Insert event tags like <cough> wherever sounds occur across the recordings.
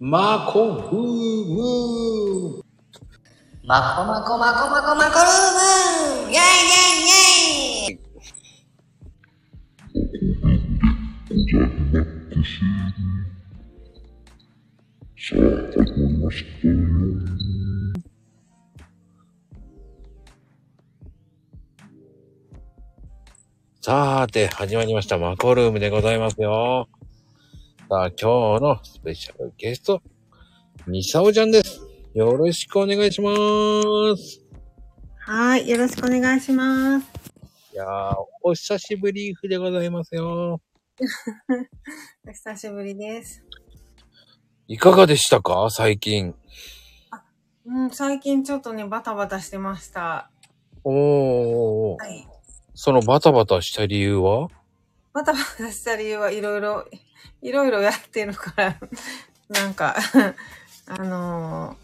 マコフームまこまこまこまこまこルームイェイイェイイェイさあ、始まりましたよ。さーて、始まりました。マコルームでございますよ。さあ、今日のスペシャルゲスト、ミサオちゃんです。よろしくお願いします。はい、よろしくお願いします。いやー、お久しぶりでございますよ。お久しぶりです。いかがでしたか最近。うん、最近ちょっとね、バタバタしてました。おー、はい。そのバタバタした理由はバタバタした理由はいろいろ、いろいろやってるから、 <laughs> なんか、 <laughs> あのー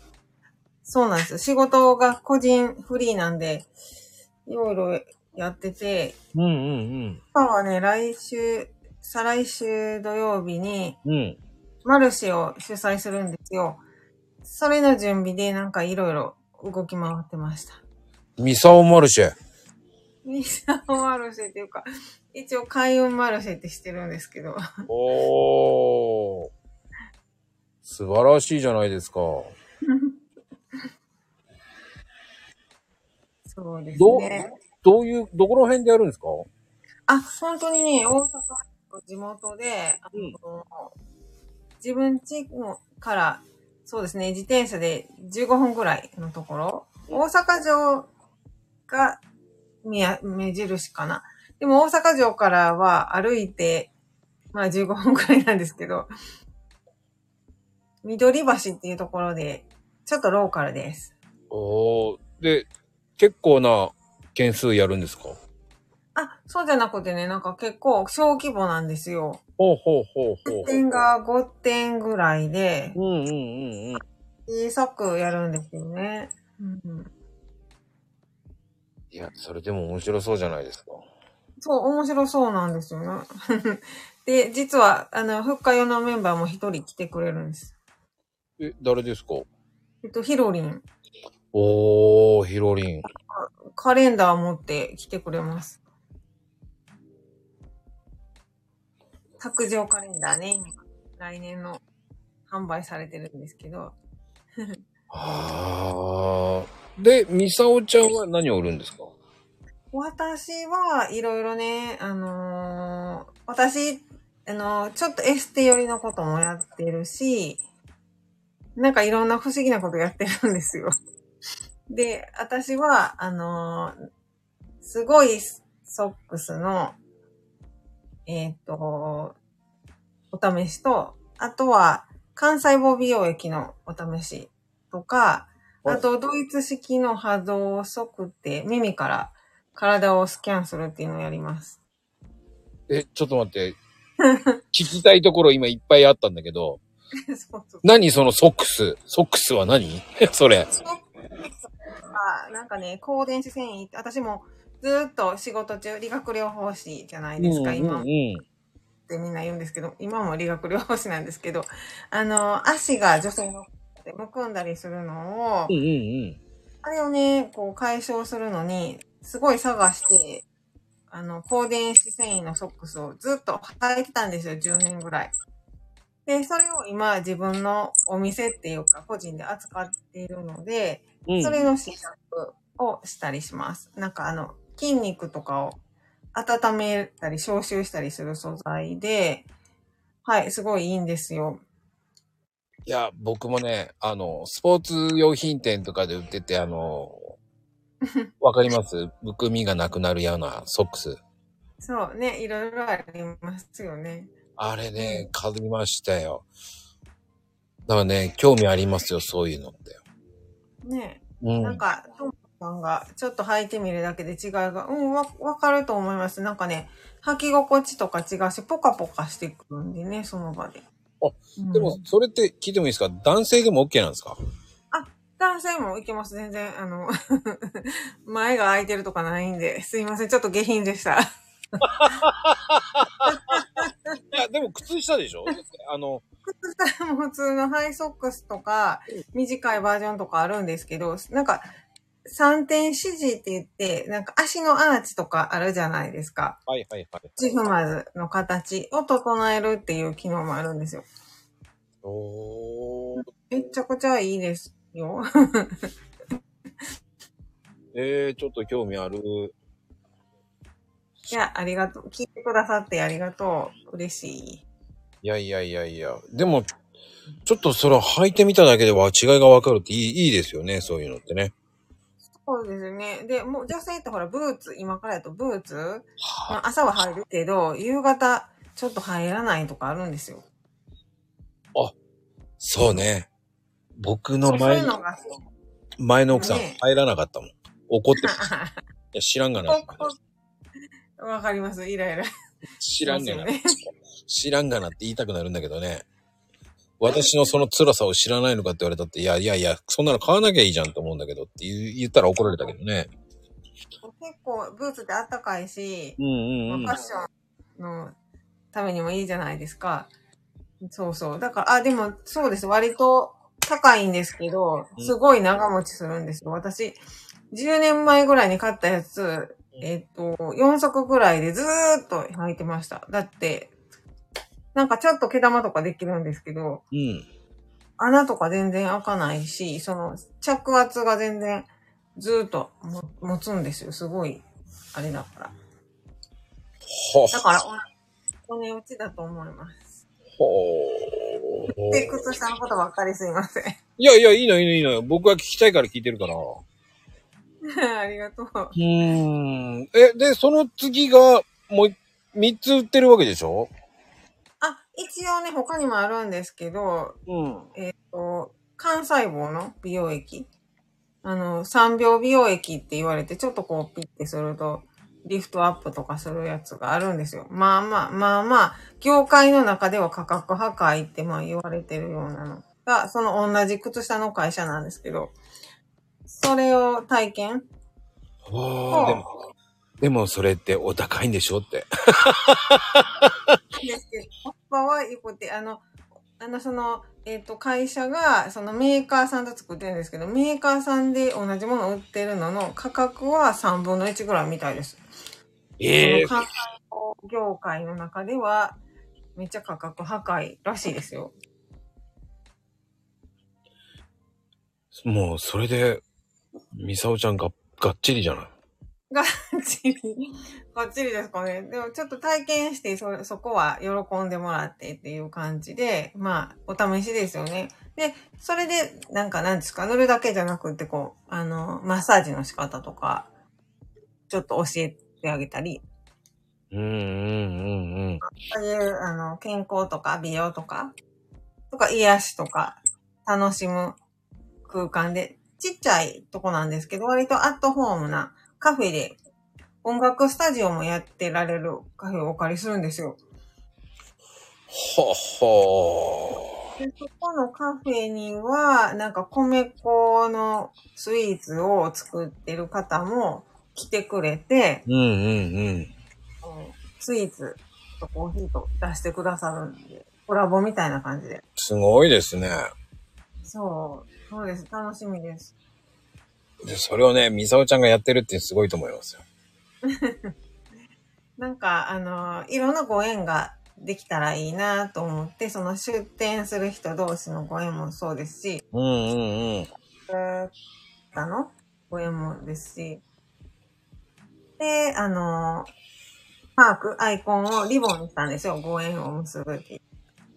そうなんですよ。仕事が個人フリーなんで、いろいろやってて、うんうん今はね、来週、再来週土曜日に、うん。うん。マルシェを主催するんですよ。それの準備で、なんかいろいろ動き回ってました。ミサオマルシェ。ミサオマルシェっていうか、一応開運マルシェってしてるんですけど、おー。素晴らしいじゃないですか。そうですどうね。どういう、どこら辺でやるんですかあ、本当にね、大阪の地元で、あの自分家のから、そうですね、自転車で15分ぐらいのところ、大阪城が目や目印かな。でも大阪城からは歩いて、まあ15分くらいなんですけど、緑橋っていうところで、ちょっとローカルです。おー。で、結構な件数やるんですかあ、そうじゃなくてね、なんか結構小規模なんですよ。ほうほうほうほう。点が5点ぐらいで、うんうんうんうん。小さくやるんですよね。うん、いや、それでも面白そうじゃないですか。そう、面白そうなんですよね。 <laughs> で、実は、あの、復活用のメンバーも一人来てくれるんです。え、誰ですかえっと、ヒロリン、おー、ヒロリン。カレンダー持って来てくれます。卓上カレンダーね、今来年の販売されてるんですけど、あー。で、ミサオちゃんは何を売るんですか私はいろいろね、あのー私、あのーちょっとエステ寄りのこともやってるし、なんかいろんな不思議なことやってるんですよ。 <laughs> で、私は、あのーすごいソックスの、えーっ、と、お試しと、あとは、関西防美容液のお試しとか、あと、ドイツ式の波動測定、耳から体をスキャンするっていうのをやります。え、ちょっと待って。聞きたいところ今いっぱいあったんだけど、 <laughs> そうそう何そのソックスソックスは何 <laughs> それ。あなんかね、高電子繊維、私もずーっと仕事中、理学療法士じゃないですか、うん今っうんてみんな言うんですけど、今も理学療法士なんですけど、あの、足が女性の方でむくんだりするのをうんう、んうんあれをね、こう解消するのに、すごい探して、あの、高電子繊維のソックスをずっと履いてたんですよ、10年ぐらい。で、それを今自分のお店っていうか、個人で扱っているので、うんうん。それの試着をしたりします。なんかあの、筋肉とかを温めたり消臭したりする素材で、はい、すごいいいんですよ。いや、僕もね、あの、スポーツ用品店とかで売ってて、あ <laughs> の、わかりますむくみがなくなるようなソックス。そうね、いろいろありますよね。あれね、買いましたよ。だからね、興味ありますよ、そういうのって。ねうなんん。か、トモさんが、ちょっと履いてみるだけで違いが、うん、わ、わかると思います。なんかね、履き心地とか違うし、ポカポカしてくるんでね、その場で。うんでも、それって聞いてもいいですか男性でも OK なんですか男性もいけます、全然。あの、 <laughs> 前が空いてるとかないんで、すいません、ちょっと下品でした。いや、でも靴下でしょあの、もう <laughs> 普通のハイソックスとか、短いバージョンとかあるんですけど、なんか、3点支持って言って、なんか足のアーチとかあるじゃないですか。はいはいはい。ジフマズの形を整えるっていう機能もあるんですよ。おー。めちゃくちゃいいですよ。 <laughs> えー、ちょっと興味ある。いや、ありがとう。聞いてくださってありがとう。嬉しい。いやいやいやいや。でも、ちょっとそれ履いてみただけでは違いがわかるっていいいいですよね、そういうのってね。そうですね。で、もう女性ってほら、ブーツ、今からやとブーツ、まはあ、朝は入るけど、夕方ちょっと入らないとかあるんですよ。そうね。僕そのうそうい前う、のが好き。前の奥さんね入らなかったもん。怒ってる。い <laughs> や、知らんがな。わかります。イライラ。知らん <laughs> がなますよね。知らんがなって言いたくなるんだけどね。私のその辛さを知らないのかって言われたって、いやいやいや、そんなの買わなきゃいいじゃんと思うんだけどって言う言ったら怒られたけどね。結構、ブーツってあったかいし、うんまあうんうんファッ。ションのためにもいいじゃないですか。そうそう。だから、あ、でも、そうです。割と高いんですけど、すごい長持ちするんですよ。私、10年前ぐらいに買ったやつ、えっと、4足ぐらいでずーっと履いてました。だって、なんかちょっと毛玉とかできるんですけど、うん。穴とか全然開かないし、その着圧が全然ずーっとも持つんですよ。すごい、あれだから。ほだから、お骨落ちだと思います。ほーで、靴下のことばっかりすいません。 <laughs> いやいや、いいのいいのいいの。僕は聞きたいから聞いてるから。うありがとう。ーん。え、で、その次が、もう、三つ売ってるわけでしょあ、一応ね、他にもあるんですけど、うん。えっ、と、幹細胞の美容液。あの、3秒美容液って言われて、ちょっとこうピッてすると、リフトアップとかするやつがあるんですよ。まあまあ、まあまあ、業界の中では価格破壊ってまあ言われてるようなのが、その同じ靴下の会社なんですけど、それを体験わあ、でも、でもそれってお高いんでしょって。ですけど、コスパは良くて、あの、あの、その、えっ、と、会社が、そのメーカーさんと作ってるんですけど、メーカーさんで同じものを売ってるのの価格は3分の1ぐらいみたいです。ええその観光業界の中では、めっちゃ価格破壊らしいですよ。もうそれで、ミサオちゃんが、がっちりじゃない。がっちり、がっちりですかね。でもちょっと体験して、そ、そこは喜んでもらってっていう感じで、まあ、お試しですよね。で、それで、なんかなんですか、塗るだけじゃなくて、こう、あの、マッサージの仕方とか、ちょっと教えてあげたり、うんうんうんうん。そういう、あの、健康とか美容とか、とか癒しとか、楽しむ空間で、ちっちゃいとこなんですけど、割とアットホームなカフェで、音楽スタジオもやってられるカフェをお借りするんですよ。ほほで、そこのカフェには、なんか米粉のスイーツを作ってる方も来てくれて、ー。うんうんうん。スイーツとコーヒーと出してくださるんで、コラボみたいな感じで。すごいですね。そう、そうです。楽しみです。で、それをね、ミサオちゃんがやってるってすごいと思いますよ。なんか、あの、いろんなご縁ができたらいいなと思って、その出店する人同士のご縁もそうですし、うんうんうん。方のご縁もですし、で、あの、マーク、アイコンをリボンにしたんですよ。ご縁を結ぶっていう。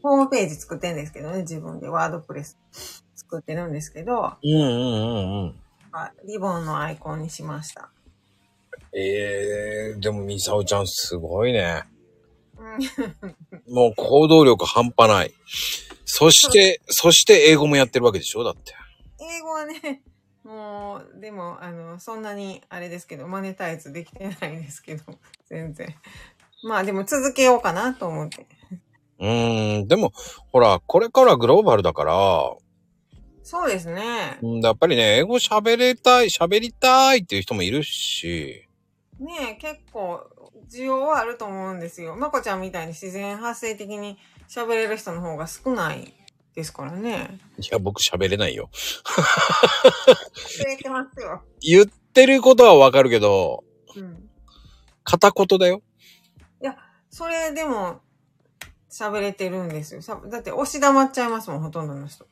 ホームページ作ってるんですけどね、自分でワードプレス作ってるんですけど、うんうんうんうん。リボンのアイコンにしました。ええー、でもミサオちゃんすごいね。うんもう行動力半端ない。そして、そして英語もやってるわけでしょだって。英語はね、 <laughs> もう、でも、あの、そんなに、あれですけど、マネタイズできてないですけど、 <laughs> 全然。まあでも続けようかなと思って。うーん、でも、ほら、これからグローバルだから、そうですねう。んやっぱりね、英語喋れたい、喋りたいっていう人もいるし、うねえ、結構、需要はあると思うんですよ。まこちゃんみたいに自然発生的に喋れる人の方が少ないですからね。いや、僕喋れないよ。増えてますよ。言ってることはわかるけど、うん。片言だよ。それでも、喋れてるんですよ。しゃだって、押し黙っちゃいますもん、ほとんどの人。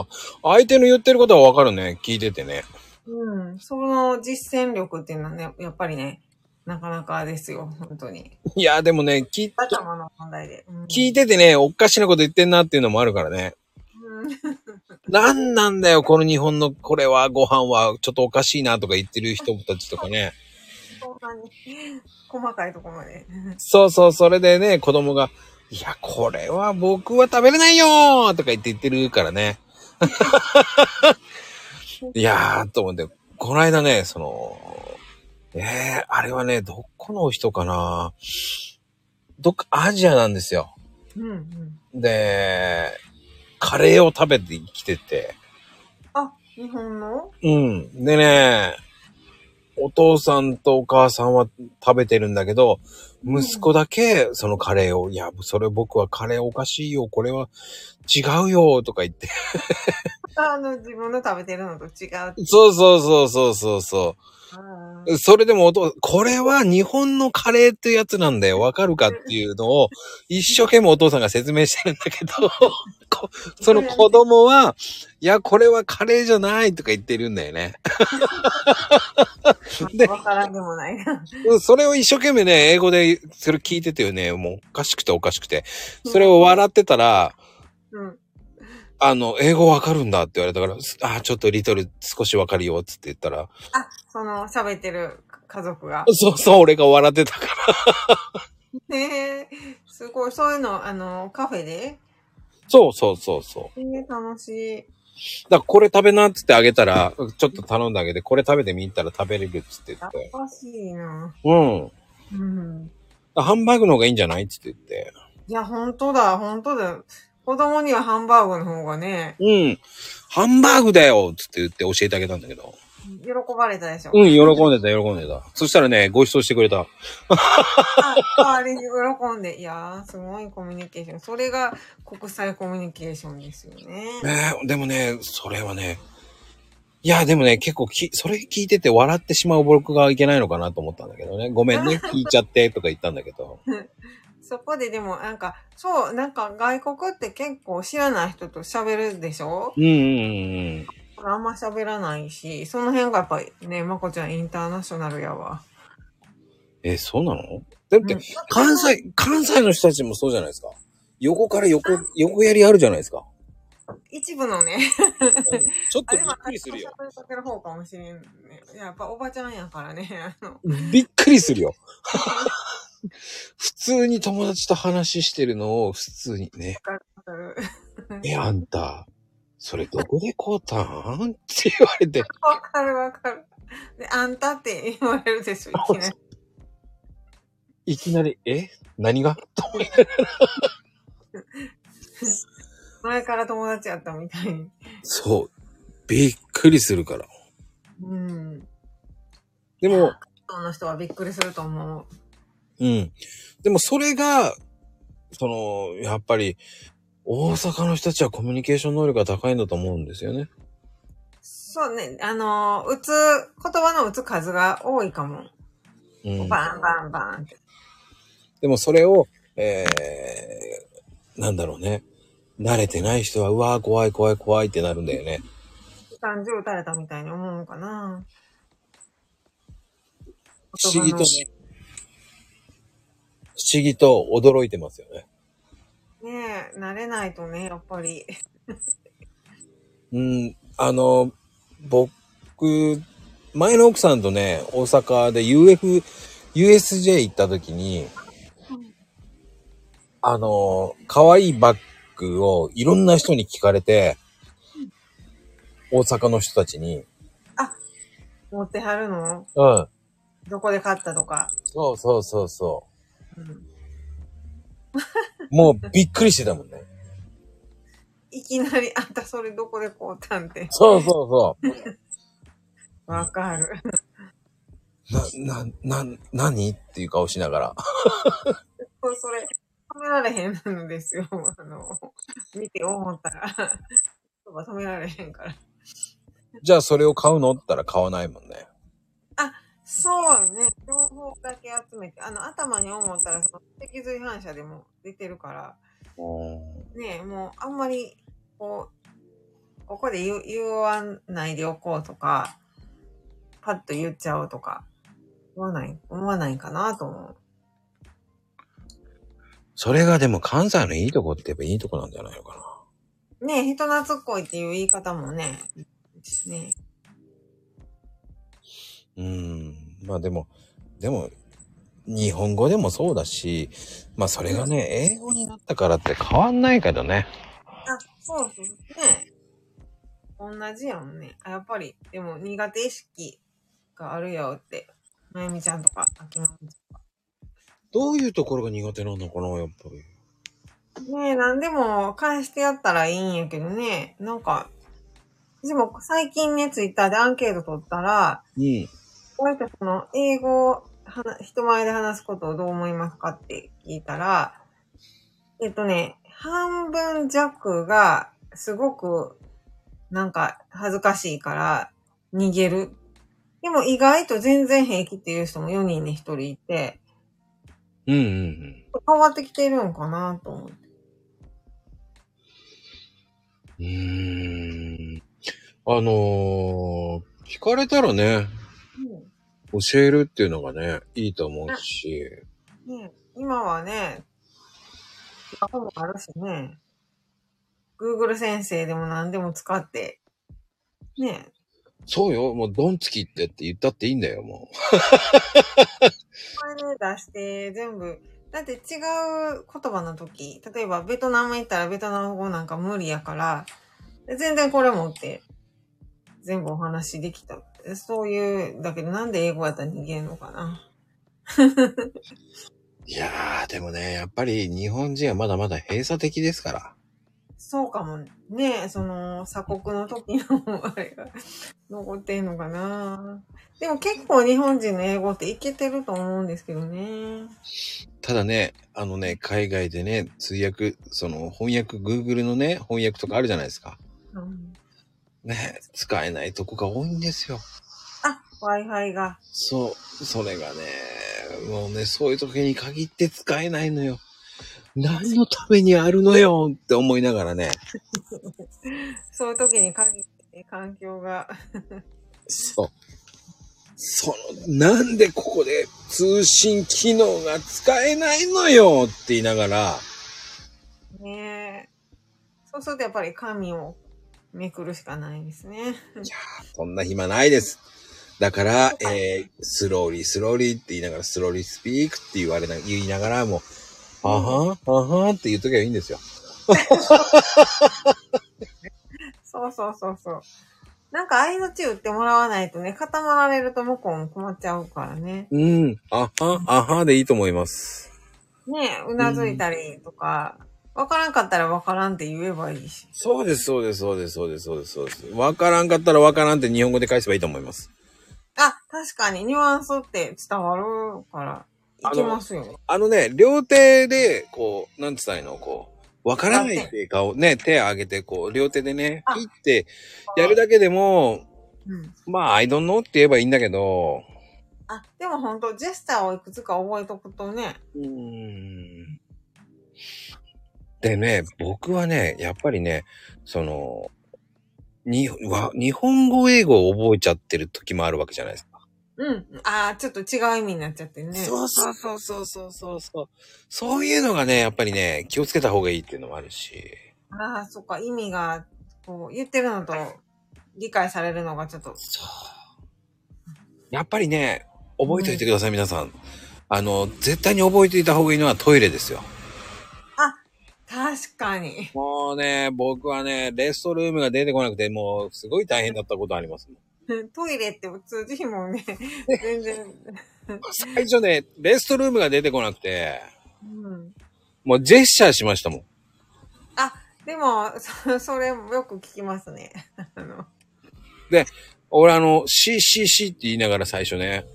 ああ、相手の言ってることはわかるね。聞いててね。うん。その実践力っていうのはね、やっぱりね、なかなかですよ、本当に。いや、でもね、聞バタマの問題で。うん聞いててね、おかしなこと言ってんなっていうのもあるからね。うんなんなんだよ、この日本のこれはご飯はちょっとおかしいなとか言ってる人たちとかね。そんなに細かいところまで。そうそう、それでね、子供が、いや、これは僕は食べれないよーとか言って言ってるからね。いやー、と思って、この間ね、その、えー、あれはね、どこの人かなどっかアジアなんですよ。うんうん。で、カレーを食べてきてて。あ、日本のうん。でね、お父さんとお母さんは食べてるんだけど、息子だけそのカレーを、いや、それ僕はカレーおかしいよ、これは違うよ、とか言 <laughs> って。あの、自分の食べてるのと違う。そうそうそうそうそうそあーう。それでもお父、これは日本のカレーってやつなんだよ、わかるかっていうのを、一生懸命お父さんが説明してるんだけど、こその子供は、いや、これはカレーじゃないとか言ってるんだよね。でわからんでもないな。 <laughs> うんそれを一生懸命ね、英語でそれ聞いててよね、もうおかしくておかしくて。それを笑ってたら、うん。あの、英語わかるんだって言われたから、すあー、ちょっとリトル少しわかるよっつって言ったら、あ、その、喋ってる家族が。そうそう、俺が笑ってたから。ねえ、すごい。そういうの、あの、カフェでそうそうそうそう。ええ楽しい。だからこれ食べなっつってあげたら、ちょっと頼んであげて、これ食べてみたら食べれるっつって言って。楽しいな。うん。うん。ハンバーグの方がいいんじゃないっつって言って。いや、本当だ、本当だ。子供にはハンバーグの方がね、うん。ハンバーグだよっつって言って教えてあげたんだけど。喜ばれたでしょ。うん、喜んでた、喜んでた。そしたらね、ご馳走してくれた。あ代わりに喜んで。いやー、すごいコミュニケーション。それが国際コミュニケーションですよね。ねえ、でもね、それはね、いや、でもね、結構き、それ聞いてて笑ってしまう僕がいけないのかなと思ったんだけどね。ごめんね、聞いちゃって、とか言ったんだけど。そこででも、なんか、そう、なんか外国って結構知らない人と喋るでしょうんうんうんあんま喋らないし、その辺がやっぱりね、まこちゃんインターナショナルやわ。え、そうなのだって、関西、関西の人たちもそうじゃないですか。横から横、横やりあるじゃない <laughs> ですか。一部のね、ちょっあとれびっはくりするよ。喋りかける方かもしれんね。やっぱおばちゃんやからね、あの、びっくりするよ。 <laughs> 普通に友達と話してるのを普通にね。え、あんた、それどこでこうたんって言われて。わかるわかる。で、あんたって言われるでしょ、いきなり。いきなり、え何がと思い前から友達やったみたいに。そう。びっくりするから。うん。でも、その人はびっくりすると思う。うん。でもそれが、その、やっぱり、大阪の人たちはコミュニケーション能力が高いんだと思うんですよね。そうね、あのー、打つ、言葉の打つ数が多いかも。うん。バンバンバンって。でもそれを、えー、なんだろうね。慣れてない人は、うわー怖い怖い怖いってなるんだよね。 30打たれたみたいに思うのかな。不思議とね言葉。不思議と驚いてますよね。のねえ、慣れないとね、やっぱり。うん、あの、僕、前の奥さんとね、大阪で UF、USJ 行った時に、あの、可愛いバッグをいろんな人に聞かれて、大阪の人たちに、持ってはるのうん、どこで買ったとか。そうそうそうそうん、う。もうびっくりしてたもんね。いきなり、あんたそれどこで買うたんって。そうそうそう。わかる。な、な、な、何っていう顔しながら。そうそれ、止められへんのですよ。 <laughs> あの、見て思ったら。 <laughs> そうか止められへんから。じゃあそれを買うのって言ったら買わないもんね。そうね。情報だけ集めて、あの、頭に思ったら、その、脊髄反射でも出てるから、ねえ、もう、あんまり、こう、ここで言う言わないでおこうとか、パッと言っちゃおうとか、思わない、思わないかなと思う。それがでも関西のいいとこって言えばいいとこなんじゃないのかな。ねえ、人懐っこいっていう言い方もね、ねうん。まあでも、でも、日本語でもそうだし、まあそれがね、英語になったからって変わんないけどね。あ、そうそう、ねえ。同じやんね。あ、やっぱり、でも苦手意識があるよって、まゆみちゃんとか、あきまみちゃんどういうところが苦手なのかな、やっぱり。ねえ、なんでも返してやったらいいんやけどね。なんか、でも最近ね、ツイッターでアンケート取ったら、うん。こうやってその、英語を話、人前で話すことをどう思いますかって聞いたら、えっとね、半分弱が、すごく、なんか、恥ずかしいから、逃げる。でも意外と全然平気っていう人も4人に1人いて、うんうんうん。変わってきてるんかなと思って。うーん。あのー、聞かれたらね、教えるっていうのがね、いいと思うし。ね、今はね、スマホもあるしね、Google 先生でも何でも使って、ね、そうよ、もうドンつきってって言ったっていいんだよ、もこれで出して全部、だって違う言葉の時、例えばベトナム行ったらベトナム語なんか無理やから、全然これ持って、全部お話できた。そういう、だけどなんで英語やったら逃げんのかな。う。いやー、でもね、やっぱり日本人はまだまだ閉鎖的ですから。そうかもね、その鎖国の時のあれが残ってんのかな。でも結構日本人の英語っていけてると思うんですけどね。ただね、あのね、海外でね、通訳、その翻訳、Google のね、翻訳とかあるじゃないですか。うんね、使えないとこが多いんですよ。あ、Wi-Fi が。そう、それがね、もうね、そういう時に限って使えないのよ。何のためにあるのよって思いながらね。そういう時に限って環境が。そう。その、なんでここで通信機能が使えないのよって言いながら、ねえそうするとやっぱり紙をめくるしかないですね。そんな暇ないです。だから、えー、スローリー、スローリーって言いながら、スローリースピークって言われな、言いながらも、あはん、あはんって言うときゃいいんですよ。そうそうそうそう。なんか相槌打ってもらわないとね、固まられると向こうも困っちゃうからね。うん、あはん、あはんでいいと思います。ねえ、うなずいたりとか、わからんかったらわからんって言えばいいし。そうです、そうです、そうです、そうです、そうです、そうです。わからんかったらわからんって日本語で返せばいいと思います。あ、確かにニュアンスって伝わるから、いきますよね。あのね、両手で、こう、なんつったらいいの、こう、わからないっていう顔、ね、手を上げて、こう、両手でね、あピッてやるだけでも、うん。まあ、I don't know って言えばいいんだけど、あ、でも本当ジェスチャーをいくつか覚えとくとね、うーん。でね、僕はね、やっぱりね、その、に、わ、日本語英語を覚えちゃってる時もあるわけじゃないですか。うん。あーちょっと違う意味になっちゃってね。そうそうそうそうそうそうそう。そういうのがね、やっぱりね、気をつけた方がいいっていうのもあるし。ああ、そっか、意味が、こう、言ってるのと、理解されるのがちょっと、やっぱりね、覚えておいてください、皆さん。あの、絶対に覚えていた方がいいのはトイレですよ。確かに。 <laughs> もうね、僕はね、レストルームが出てこなくて、もうすごい大変だったことありますもん。トイレって通じひんもんね、全然、最初ね、レストルームが出てこなくて、うん。もうジェスチャーしましたもん。でも、そそれもよく聞きますね。あの、 <laughs> 俺あの、シーシーシーって言いながら最初ね、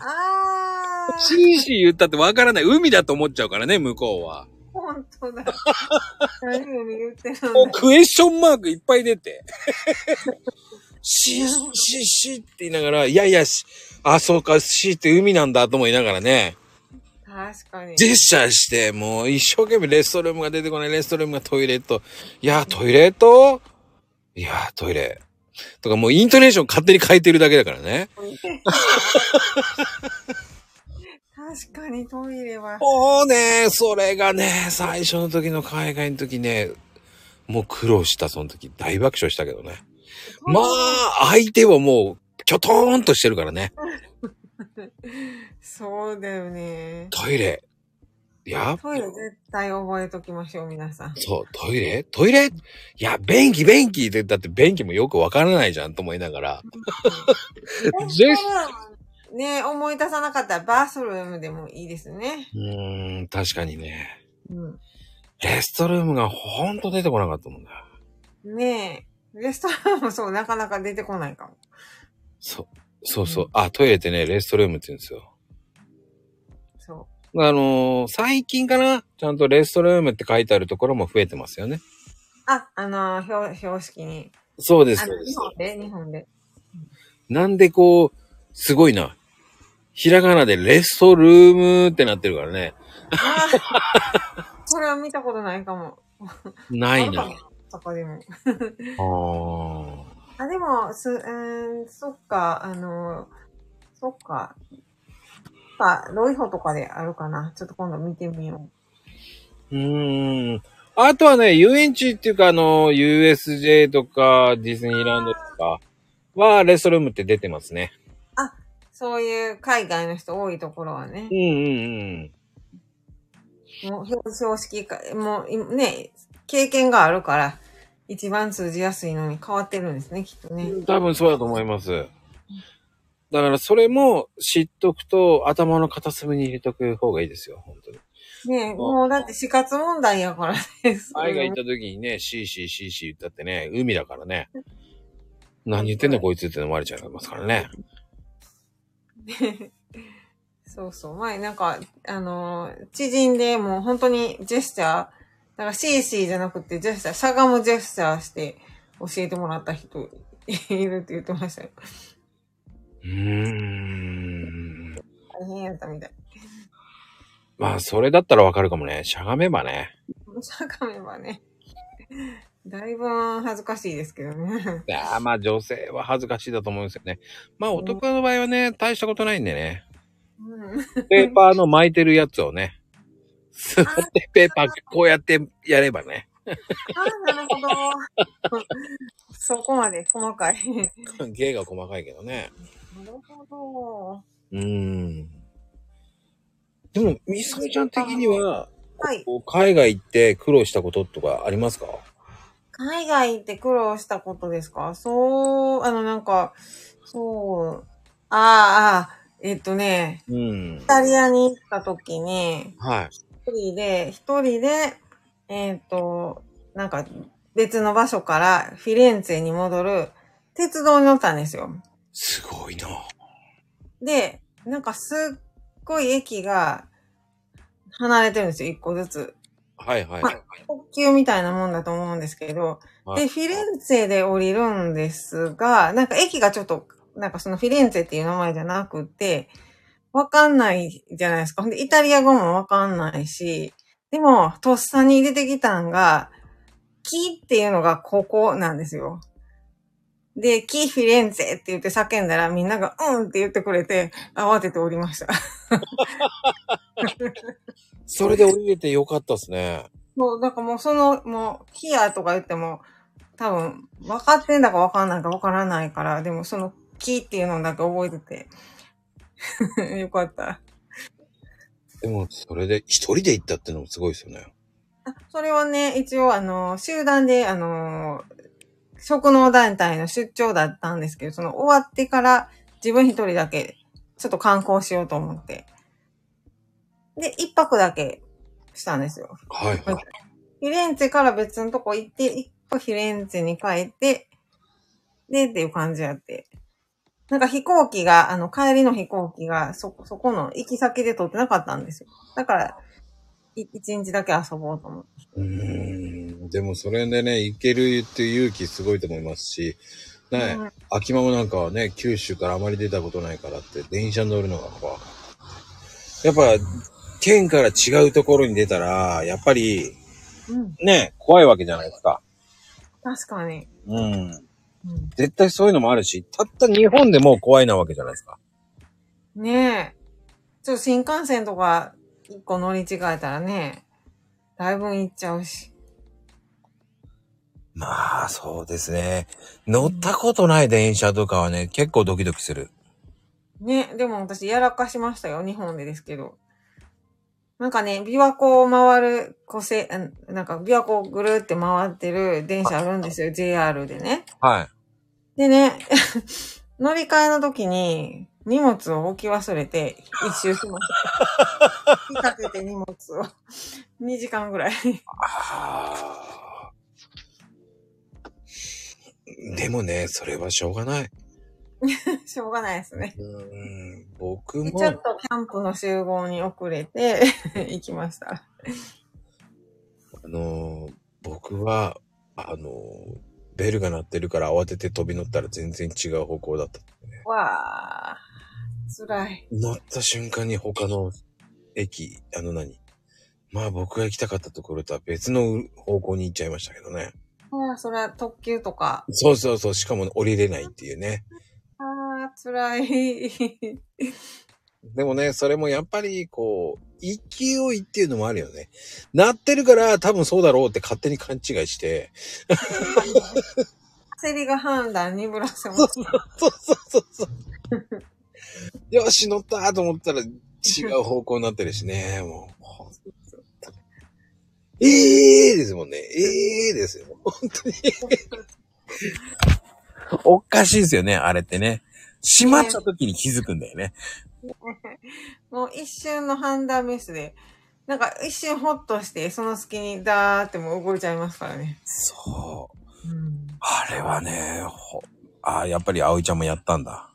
あシー、ーシー言ったってわからない。海だと思っちゃうからね、向こうは。本当だ。何を言ってるんだ。もうクエスチョンマークいっぱい出て。シー、シー、シーって言いながら、いやいや、しあ、そうか、シーって海なんだとも言いながらね、確かに。ジェスチャーして、もう一生懸命レストルームが出てこない、レストルームがトイレット。いや、トイレットいや、トイレ。とかもうイントネーション勝手に変えてるだけだからね。確かにトイレは。もうね、それがね、最初の時の海外の時ね、もう苦労した、その時。大爆笑したけどね。まあ、相手はもう、キョトーンとしてるからね。そうだよね。トイレ。やっ、トイレ絶対覚えときましょう、皆さん。そう、トイレトイレいや、便器、便器って、だって便器もよくわからないじゃんと思いなが <laughs> ら。ジェスね、思い出さなかったらバースルームでもいいですね。うーん、確かにね。うん。レストルームがほんと出てこなかったもんだ。ねえ、レストランもそう、なかなか出てこないかも。そう、そうそう。あ、トイレってね、レストルームって言うんですよ。そあのー最近かなちゃんとレストルームって書いてあるところも増えてますよね。う。あ、あのー、標標識に。そうです、あそのうで日す。本で、日 <laughs> 本で。なんでこう、すごいな。ひらがなでレストルームってなってるからね。ああ、これは見たことないかも。ないあなる。かも。そこでも。ああ。あ、でも、す、うーん、そっか、あの、そっか。あ、ロイホとかであるかな。ちょっと今度見てみようーん。あとはね、遊園地っていうか、あの、USJ とか、ディズニーランドとかは、レストルームって出てますね。う。そういう海外の人多いところはねう、んうんもう標標識か、もういね、経験があるから、一番通じやすいのに変わってるんですね、きっとね。うん。多分そうだと思います。だから、それも知っとくと、頭の片隅に入れとく方がいいですよ、本当に。ねもうだって死活問題やからです。海外行った時にね、シーシーシーシー言ったってね、海だからね。何言ってんだこいつって飲まれちゃいますからね。 <laughs> そうそう。前、なんか、あのー、知人でもう本当にジェスチャー、だから CC じゃなくてジェスチャー、しゃがむジェスチャーして教えてもらった人いるって言ってましたよ。うーん。大変やったみたい。 <laughs> まあ、それだったらわかるかもね。しゃがめばね。しゃがめばね。だいぶ恥ずかしいですけどね。 <laughs> いやーまあ、女性は恥ずかしいだと思うんですよね。まあ、男の場合はね、大したことないんでね。うん。ペーパーの巻いてるやつをね、座ってペーパーこうやってやればね。あなるほど。 <laughs> そこまで細かい。芸が細かいけどね。なるほど。うーん。でも、みさみちゃん的には、はい。こう海外行って苦労したこととかありますか海外行って苦労したことですかそう、あの、なんか、そう、ああ、ああえっとね、うんイ。タリアに行った時に、はい。一人で、一人で、えっと、なんか、別の場所からフィレンツェに戻る鉄道に乗ったんですよ。すごいな。で、なんかすっごい駅が離れてるんですよ、一個ずつ。はいはい。ま特急みたいなもんだと思うんですけど、はいで、フィレンツェで降りるんですが、なんか駅がちょっと、なんかそのフィレンツェっていう名前じゃなくて、わかんないじゃないですか。ほんで、イタリア語もわかんないし、でも、とっさに出てきたんが、キっていうのがここなんですよ。で、キフィレンツェって言って叫んだらみんながうんって言ってくれて慌てておりました。それで降りれてよかったですね。そう、なんかもうその、もう、ヒアとか言っても、多分、分かってんだか分かんないか分からないから、でもその、キっていうのだけ覚えてて。 <laughs> よかった。でも、それで一人で行ったってのもすごいですよね。あそれはね、一応あの、集団で、あの、職能団体の出張だったんですけど、その終わってから自分一人だけ、ちょっと観光しようと思って。で、一泊だけしたんですよ。はいはい。フィレンツェから別のとこ行って、一個フィレンツェに帰って、でっていう感じやって。なんか飛行機が、あの、帰りの飛行機が、そ、そこの行き先で撮ってなかったんですよ。だから、い一日だけ遊ぼうと思って。うーんでもそれでね、行けるっていう勇気すごいと思いますし、ね、うん秋間もなんかはね、九州からあまり出たことないからって、電車に乗るのが怖かった。やっぱ、県から違うところに出たら、やっぱり、うん。ね、怖いわけじゃないですか。確かに。うん。うん絶対そういうのもあるし、たった日本でもう怖いなわけじゃないですか。ねえ。ちょっと新幹線とか一個乗り違えたらね、だいぶ行っちゃうし。まあ、そうですね。乗ったことない電車とかはね、結構ドキドキする。ね、でも私やらかしましたよ、日本でですけど。なんかね、琵琶湖を回る、こせ、あなんか琵琶湖をぐるって回ってる電車あるんですよ、JR でね。はい。でね、 <laughs> 乗り換えの時に荷物を置き忘れて一周しました。引っ掛けて荷物を。2時間ぐらい。 <laughs> あーでもね、それはしょうがない。しょうがないですね。うん、僕ちょっも、とキャンプの集合に遅れて <laughs> 行きました。あのー、僕は、あのー、ベルが鳴ってるから慌てて飛び乗ったら全然違う方向だった。わあ、辛い。乗った瞬間に他の駅、あの何まあ僕が行きたかったところとは別の方向に行っちゃいましたけどね。ああ、それは特急とか。そうそうそう、しかも降りれないっていうね。ああ、辛い。 <laughs> でもね、それもやっぱりこう、勢いっていうのもあるよね。鳴ってるから多分そうだろうって勝手に勘違いして。焦りが判断鈍らせます。そうそうそうそう。よし、乗ったと思ったら違う方向になってるしね。もう、ほんとええー、ですもんね。ええー、ですよ。本当に。おかしいですよね、あれってね。閉まった時に気づくんだよね。もう一瞬の判断ミスで、なんか一瞬ホッとして、その隙にダーってもう動いちゃいますからね。そう。うん。あれはね、ほ、ああ、やっぱり葵ちゃんもやったんだ。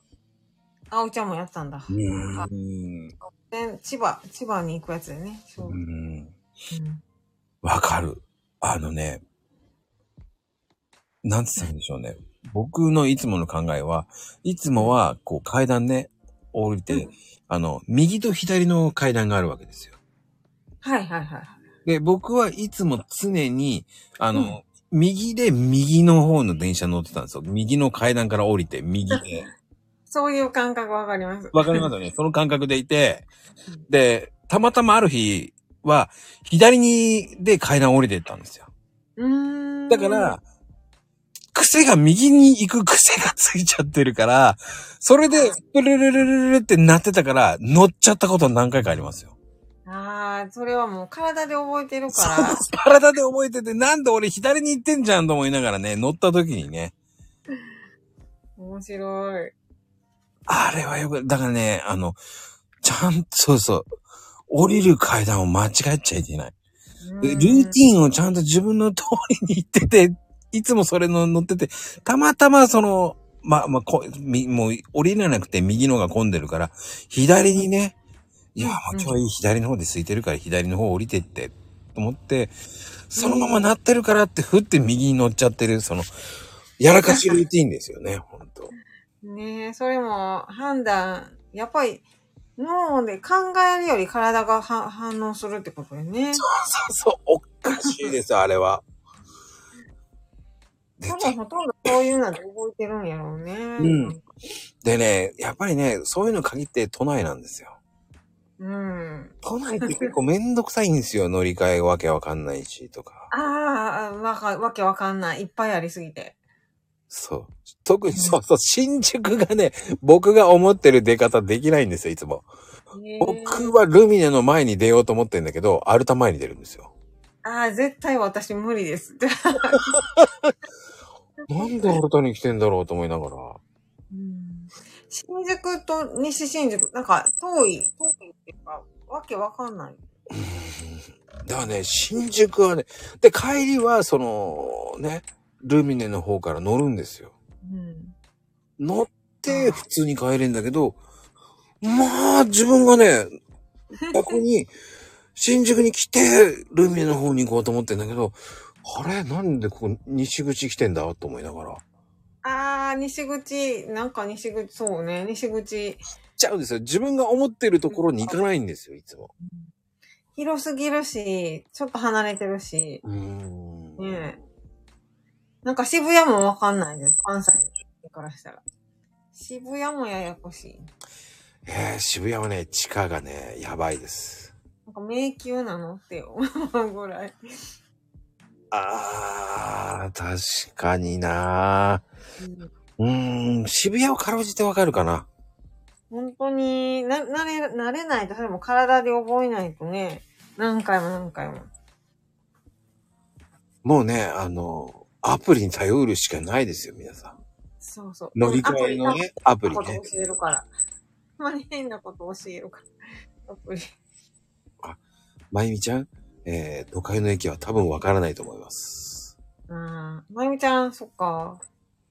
あおちゃんもやったんだ。うーん。で千葉、千葉に行くやつでね。そうう。ん。うんわかる。あのね、なんつったらいいんでしょうね。僕のいつもの考えは、いつもは、こう階段ね、降りて、あの、右と左の階段があるわけですよ。はいはいはい。で、僕はいつも常に、あの、右で右の方の電車乗ってたんですよ。右の階段から降りて、右で。そういう感覚わかります。わかりますよね。その感覚でいて、で、たまたまある日は、左に、で階段降りてったんですよ。うーん。だか、ら、癖が右に行く癖がついちゃってるから、それで、プルルルルルルってなってたから、乗っちゃったこと何回かありますよ。ああ、それはもう体で覚えてるそからう。体で覚えてて、なんで俺左に行ってんじゃんと思いながらね、乗った時にね、面白い。あれはよく、だからね、あの、ちゃんと、そうそう、降りる階段を間違えちゃいけない。うんルーティンをちゃんと自分の通りに行ってて、いつもそれの乗ってて、たまたまその、まあまあこ、みもう降りれなくて右のが混んでるから、左にね、いや、まあうん今日いい左の方で空いてるから左の方降りてって、と思って、そのまま鳴ってるからって、ふって右に乗っちゃってる、その、やらかしルーティンですよね、ほんと。ねえ、それも判断、やっぱり脳で考えるより体がは反応するってことよね。そそうそう、おかしいです、あれ <laughs> は。で多分ほとんどそういうので動いてるんやろうね。んでね、やっぱりね、そういうの限って都内なんですよ。うん。都内って結構めんどくさいんですよ。乗り換えわけわかんないしとか。ああ、わか、わけわかんない。いっぱいありすぎて。そう。特にそうそう、新宿がね、僕が思ってる出方できないんですよ、いつも。ねえ僕はルミネの前に出ようと思ってんだけど、アルタ前に出るんですよ。ああ、絶対私無理です。なんでアルタに来てんだろうと思いながら。うん新宿と西新宿、なんか遠い、遠いっていうか、わけわかんない。だからね、新宿はね、で、帰りはその、ね、ルミネの方から乗るんですよ。うん。乗って、普通に帰れんだけど、まあ、自分がね、ここに、新宿に来て、ルミネの方に行こうと思ってんだけど、あれなんでここ、西口来てんだと思いながら。あー、西口、なんか西口、そうね、西口。ちゃうんですよ。自分が思ってるところに行かないんですよ、いつも。広すぎるし、ちょっと離れてるし、うーん。ねえ。なんか渋谷もわかんないです。関西からしたら。渋谷もややこしい。えー渋谷はね、地下がね、やばいです。なんか迷宮なのって思うぐらい。あー、確かになううんーん、渋谷をかろうじてわかるかな。本当に、な、慣れ、慣れないと、それも体で覚えないとね、何回も何回も。もうね、あの、アプリに頼るしかないですよ、皆さそうそう。ん。乗り換えのね、アプリことね。教えるから。あんまり変なこと教えるから。アプリ。まゆみちゃん、えー、都会の駅は多分わからないと思います。 <laughs> うん。まゆみちゃん、そっか。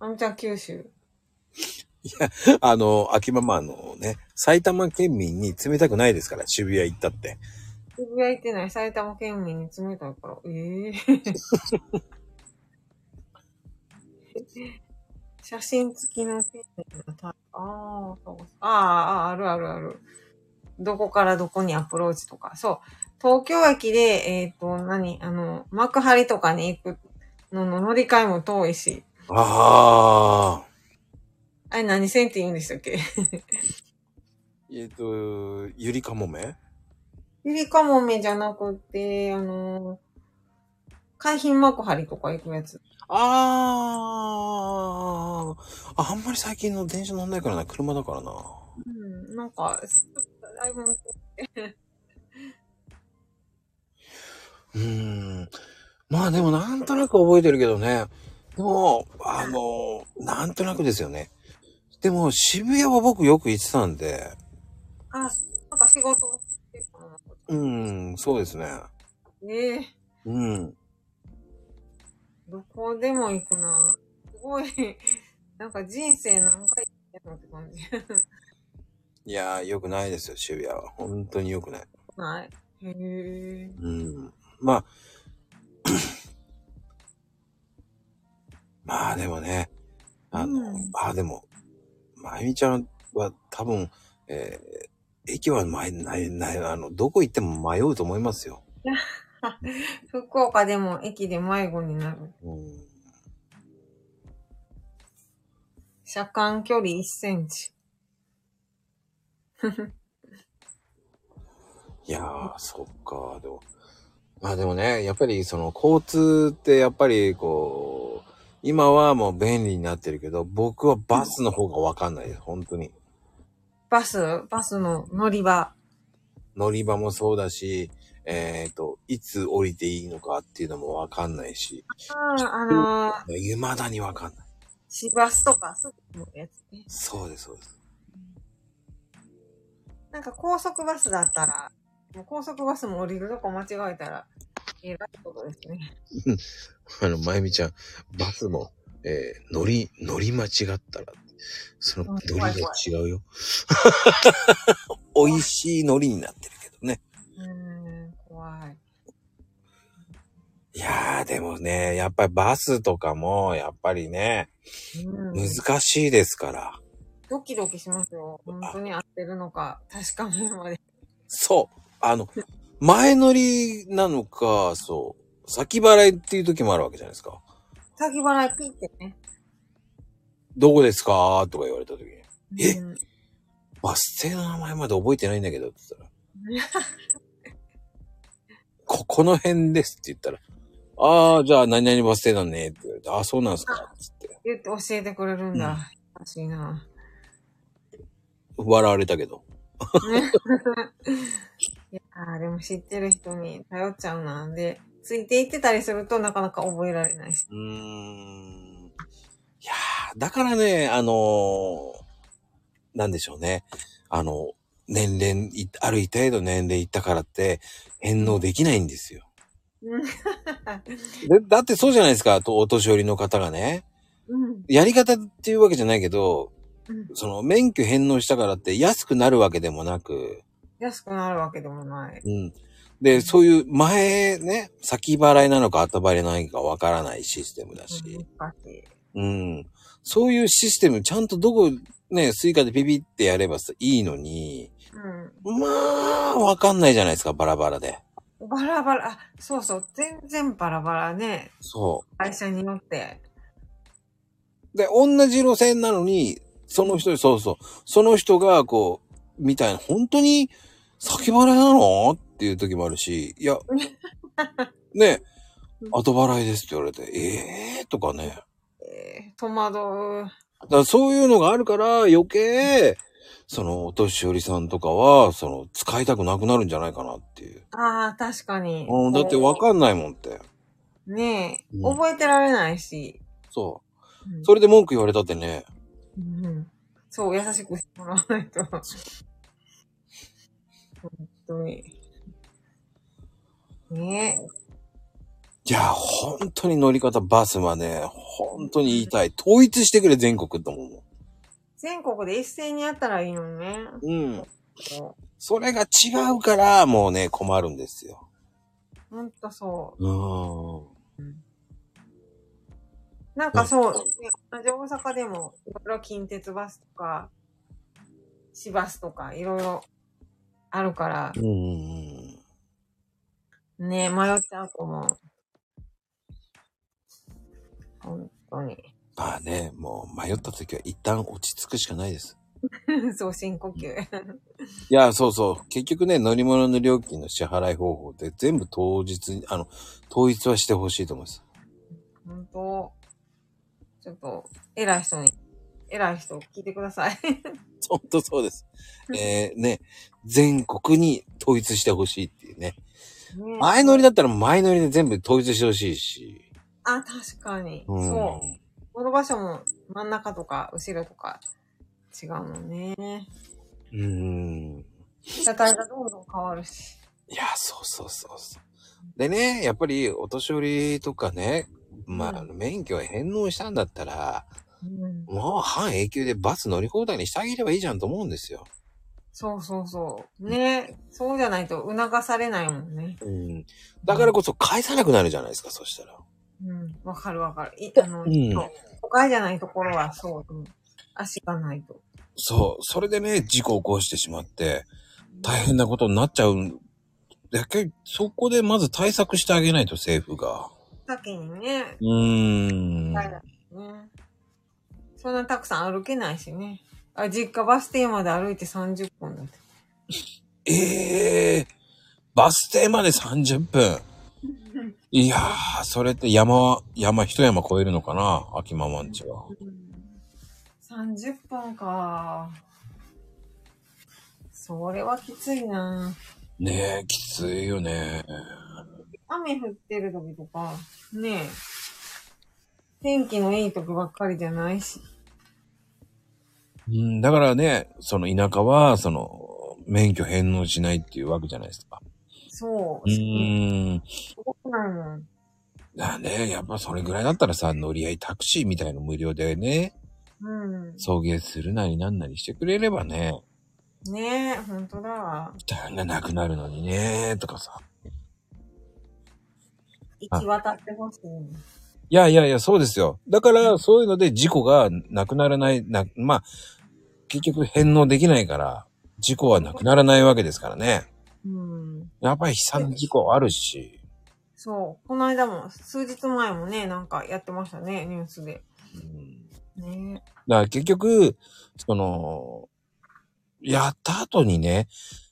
まゆみちゃん、九州。あの、秋ママのね、埼玉県民に冷たくないですから、渋谷行ったって。渋谷行ってない埼玉県民に冷たいから。ええ写真付きのペンのタイプああ、そうそうああ、あるあるある。どこからどこにアプローチとか。そう。東京駅で、えっ、と、何あの、幕張とかに行くのの乗り換えも遠いし。ああ。あれ何線って言うんでしたっけえっ、と、ゆりかもめゆりかもめじゃなくて、あの、海浜幕張とか行くやつ。あーあ。あんまり最近の電車乗んないからな、車だからな。うん、なんか、だいぶ向こううーん。まあでもなんとなく覚えてるけどね。でも、あの、なんとなくですよね。でも渋谷は僕よく行ってたんで、あ、なんか仕事をしてるかな。うん、そうですね。ええうん。どこでも行くな。すごい、なんか人生何回やってんのって感じ。いやー、良くないですよ、渋谷は。本当に良くない。ない。へえ。うん。まあ、まあでもね、あの、うんあでも、まゆみちゃんは多分、えー駅は前、ない、ない、あの、どこ行っても迷うと思いますよ。福岡でも駅で迷子になる。うん。車間距離1センチ。いやー、そっか、でも。まあでもね、やっぱりその交通ってやっぱりこう、今はもう便利になってるけど、僕はバスの方がわかんないです、本当に。バスバスの乗り場。乗り場もそうだし、えっ、と、いつ降りていいのかっていうのもわかんないし、ああ、あのー、未だにわかんない。市バスとかすぐ乗るやつね。そうです、そうです。なんか高速バスだったら、もう高速バスも降りるとこ間違えたら、えらいことですね。あの、まゆみちゃん、バスも、えー乗り、乗り間違ったら、そのうん乗りが怖い違うよ。 <laughs> 美味しい乗りになってるけどね。うーん、怖い。いやー、でもね、やっぱりバスとかも、やっぱりね、うん、難しいですから。ドキドキしますよ。本当に合ってるのか、確かめるまで。そう。あの、前乗りなのか、そう、先払いっていう時もあるわけじゃないですか。先払いピってね。どこですかとか言われた時に、えうんバス停の名前まで覚えてないんだけどって言ったら、ここの辺ですって言ったら、ああ、じゃあ何々バス停だねって言われて、ああ、そうなんですかつって、言って教えてくれるんうんだ。優しいな。笑われたけど。いやーでも知ってる人に頼っちゃうなんで、ついていってたりするとなかなか覚えられないし。 <laughs> うーん。いやーだからね、あのーなんでしょうね。あの、年齢い、ある一定の年齢いったからって、返納できないんですよ。うんでだってそうじゃないですか、とお年寄りの方がね。うん。やり方っていうわけじゃないけど、うんその免許返納したからって安くなるわけでもなく、安くなるわけでもない。うん。で、そういう前ね、先払いなのか後払いなのかわからないシステムだし、難しい。うん。そういうシステム、ちゃんとどこ、ね、スイカでピピってやればさ、いいのに、うまあ、わかんないじゃないですか、バラバラで。ん。バラバラ、あ、そうそう、全然バラバラね。そ会社によって。う。で、同じ路線なのに、その人、そうそう、その人が、こう、みたいな、本当に、先払いなのっていう時もあるし、 <laughs> いや、ね、後払いですって言われて、ええー、とかね。えー戸惑う。だからそういうのがあるから余計、そのお年寄りさんとかは、その使いたくなくなるんじゃないかなっていう。ああ、確かに。うん、だってわかんないもんって。ねえ、うん覚えてられないし。そうう。んそれで文句言われたってね。うんそう、優しくしてもらわないと。本当に。ねいや、本当に乗り方バスはね、本当に言いたい。統一してくれ、全国と思え。全国で一斉にやったらいいのにね。う。うん。こそれが違うから、もうね、困るんですよ。うほんとそうーん。う。なんかそう、ね同じ大阪でも、いろいろ近鉄バスとか、市バスとか、いろいろあるから、うんうんうん。ねえ、迷っちゃうと思う。本当に。まあね、もう迷った時は一旦落ち着くしかないです。 <laughs> そう、深呼吸。いや、そうそう。結局ね、乗り物の料金の支払い方法って全部当日に、あの、統一はしてほしいと思います。 <laughs> 本当ちょっと、偉い人に、偉い人聞いてください。本当そうです。えー、ね、全国に統一してほしいっていうね。ね前乗りだったら前乗りで全部統一してほしいし。あ、確かに。うんそう。この場所も真ん中とか後ろとか違うのね。う。うん。車体がどんどん変わるし。いや、そうそうそうそう。でね、やっぱりお年寄りとかね、まあ、あの免許を返納したんだったら、うん、もう半永久でバス乗り放題にしてあげればいいじゃんと思うんですよ。そうそうそう。ねそうじゃないと促されないもんね。うん。だからこそ返さなくなるじゃないですか、そしたら。うん。わかるわかる。いあの、うんそう都会じゃないところはそう。うん足がないと。そう。それでね、事故を起こしてしまって、大変なことになっちゃうん。だけどそこでまず対策してあげないと、政府が。先にね、うーん。はいね。そんなたくさん歩けないしね。あ、実家バス停まで歩いて30分だって。ええバス停まで30分。 <laughs> いやー、それって山は、山、一山越えるのかな秋ママんちは。 30分か。それはきついな。ねえ、きついよね。雨降ってる時とか、ねえ。天気のいい時ばっかりじゃないし。うん、だからね、その田舎は、その、免許返納しないっていうわけじゃないですか。そうう。ーん。すごくないもん。だね、やっぱそれぐらいだったらさ、乗り合いタクシーみたいの無料でね、う送迎するなりなんなりしてくれればね、ん。ねえ、ほんとだわ。負担がなくなるのにね、とかさ。行き渡ってほしい。いやいやいや、そうですよ。だから、そういうので事故がなくならない、な、まあ、結局返納できないから、事故はなくならないわけですからね。うん。やっぱり悲惨な事故はあるし、そう。この間も、数日前もね、なんかやってましたね、ニュースで。うんねだから結局、その、やった後にね、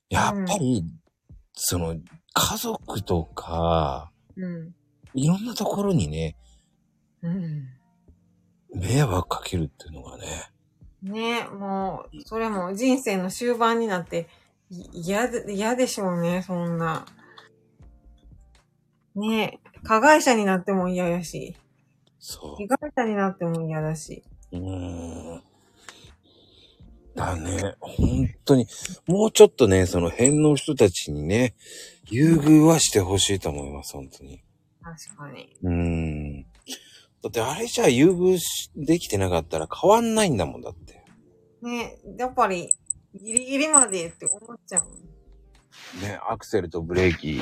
やっぱり、その、家族とか、うん。いろんなところにね、うん。迷惑かけるっていうのがね、ねもう、それも人生の終盤になって、い嫌で、嫌でしょうね、そんな。ね加害者になっても嫌やし、そ被害者になっても嫌だし。う。うーん。だね、本当に、もうちょっとね、その辺の人たちにね、優遇はしてほしいと思います、本当に。確かに。うーん。だってあれじゃ優遇しできてなかったら変わんないんだもんだって。ね、やっぱり、ギリギリまでって思っちゃう。ね、アクセルとブレーキ。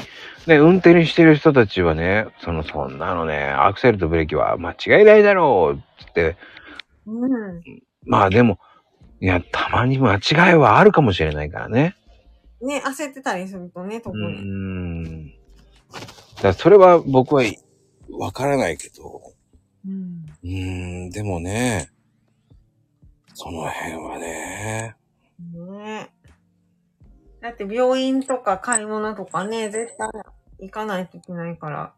ね、運転してる人たちはね、その、そんなのね、アクセルとブレーキは間違いないだろうっつって、うん。まあでも、いや、たまに間違いはあるかもしれないからね。ね、焦ってたりするとね、う特ーに。ん。だからそれは僕は、わからないけど、うん。うーん、でもね、その辺はね、ねだって病院とか買い物とかね、絶対行かないといけないから。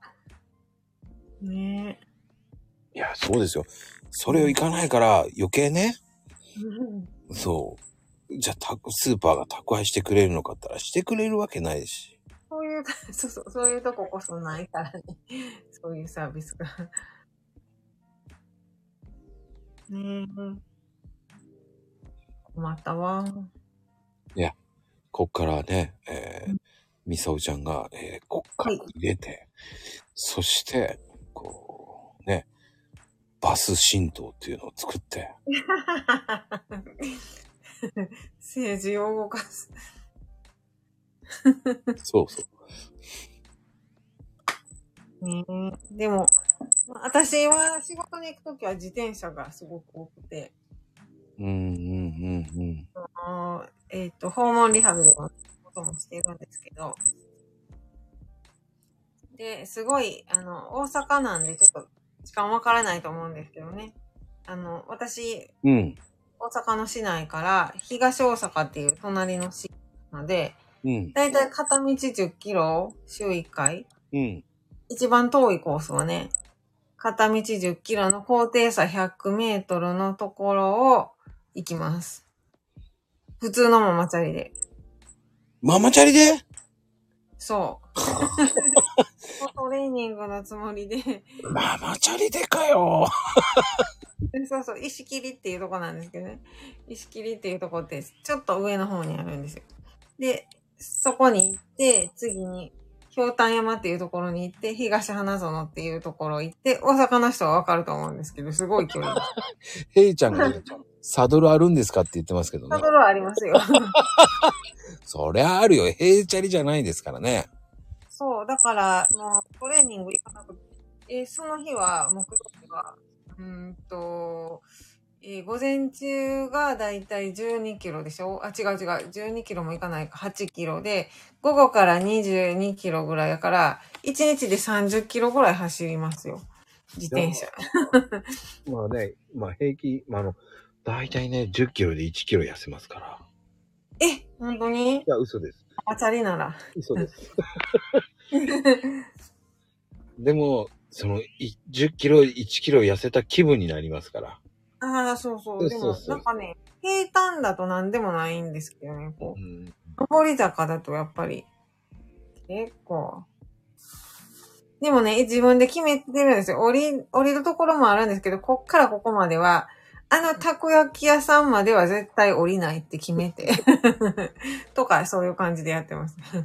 ね <laughs> いや、そうですよ。それを行かないから余計ね、うんそう。じゃあ、たスーパーが宅配してくれるのかって言ったらしてくれるわけないし。そういう、そうそう、そういうとここそないからね。 <laughs> そういうサービスが。ね困ったわ。 <laughs> こっからね、えー、みさおちゃんが、えー、こっから入れて、そして、こう、ね、バス神道っていうのを作 <laughs> って、政治を動かす。そうそう。ねえでも、まあ私は仕事に行くときは自転車がすごく多くて、うんうんうんうん。あのえっ、と、訪問リハビリのこともしているんですけど、で、すごい、あの、大阪なんでちょっと時間わからないと思うんですけどね。あの、私、うん。大阪の市内から東大阪っていう隣の市なので、うん。だいたい片道10キロ、週1回。うん。一番遠いコースはね、片道10キロの高低差100メートルのところを行きます。普通のママチャリで。ママチャリでそう。トレーニングのつもりで、ママチャリでかよそうそう、石切っていうとこなんですけどね。石切っていうとこって、ちょっと上の方にあるんですよ。で、そこに行って、次に、氷炭山っていうところに行って、東花園っていうところ行って、大阪の人はわかると思うんですけど、すごい距離です。ヘイちゃんがね、サドルあるんですかって言ってますけど <laughs> とねこ。ろはありますよ。 <laughs> そりゃあるよ。ヘイチャリじゃないですからね。そう、だから、もう、トレーニング行かなくて、えーその日は、木曜日は、うーんと、えー午前中がだいたい12キロでしょあ、違う違う、12キロも行かないか、8キロで、午後から22キロぐらいだから、1日で30キロぐらい走りますよ。自転車。まあね、まあ平均、まああの、だいたいね、10キロで1キロ痩せますから。え、本当にや、嘘です。ママチャリなら。嘘です。 <laughs> でも、その、い10キロ、1キロ痩せた気分になりますから。ああ、そうそそうう。でそうも、そうなんかね、平坦だと何でもないんですけどね、こう。ん。上り坂だとやっぱり、結構。でもね、自分で決めてるんですよ。降り、降りるところもあるんですけど、こっからここまでは、あのたこ焼き屋さんまでは絶対降りないって決めて。 <laughs> とか、そういう感じでやってます。 <laughs>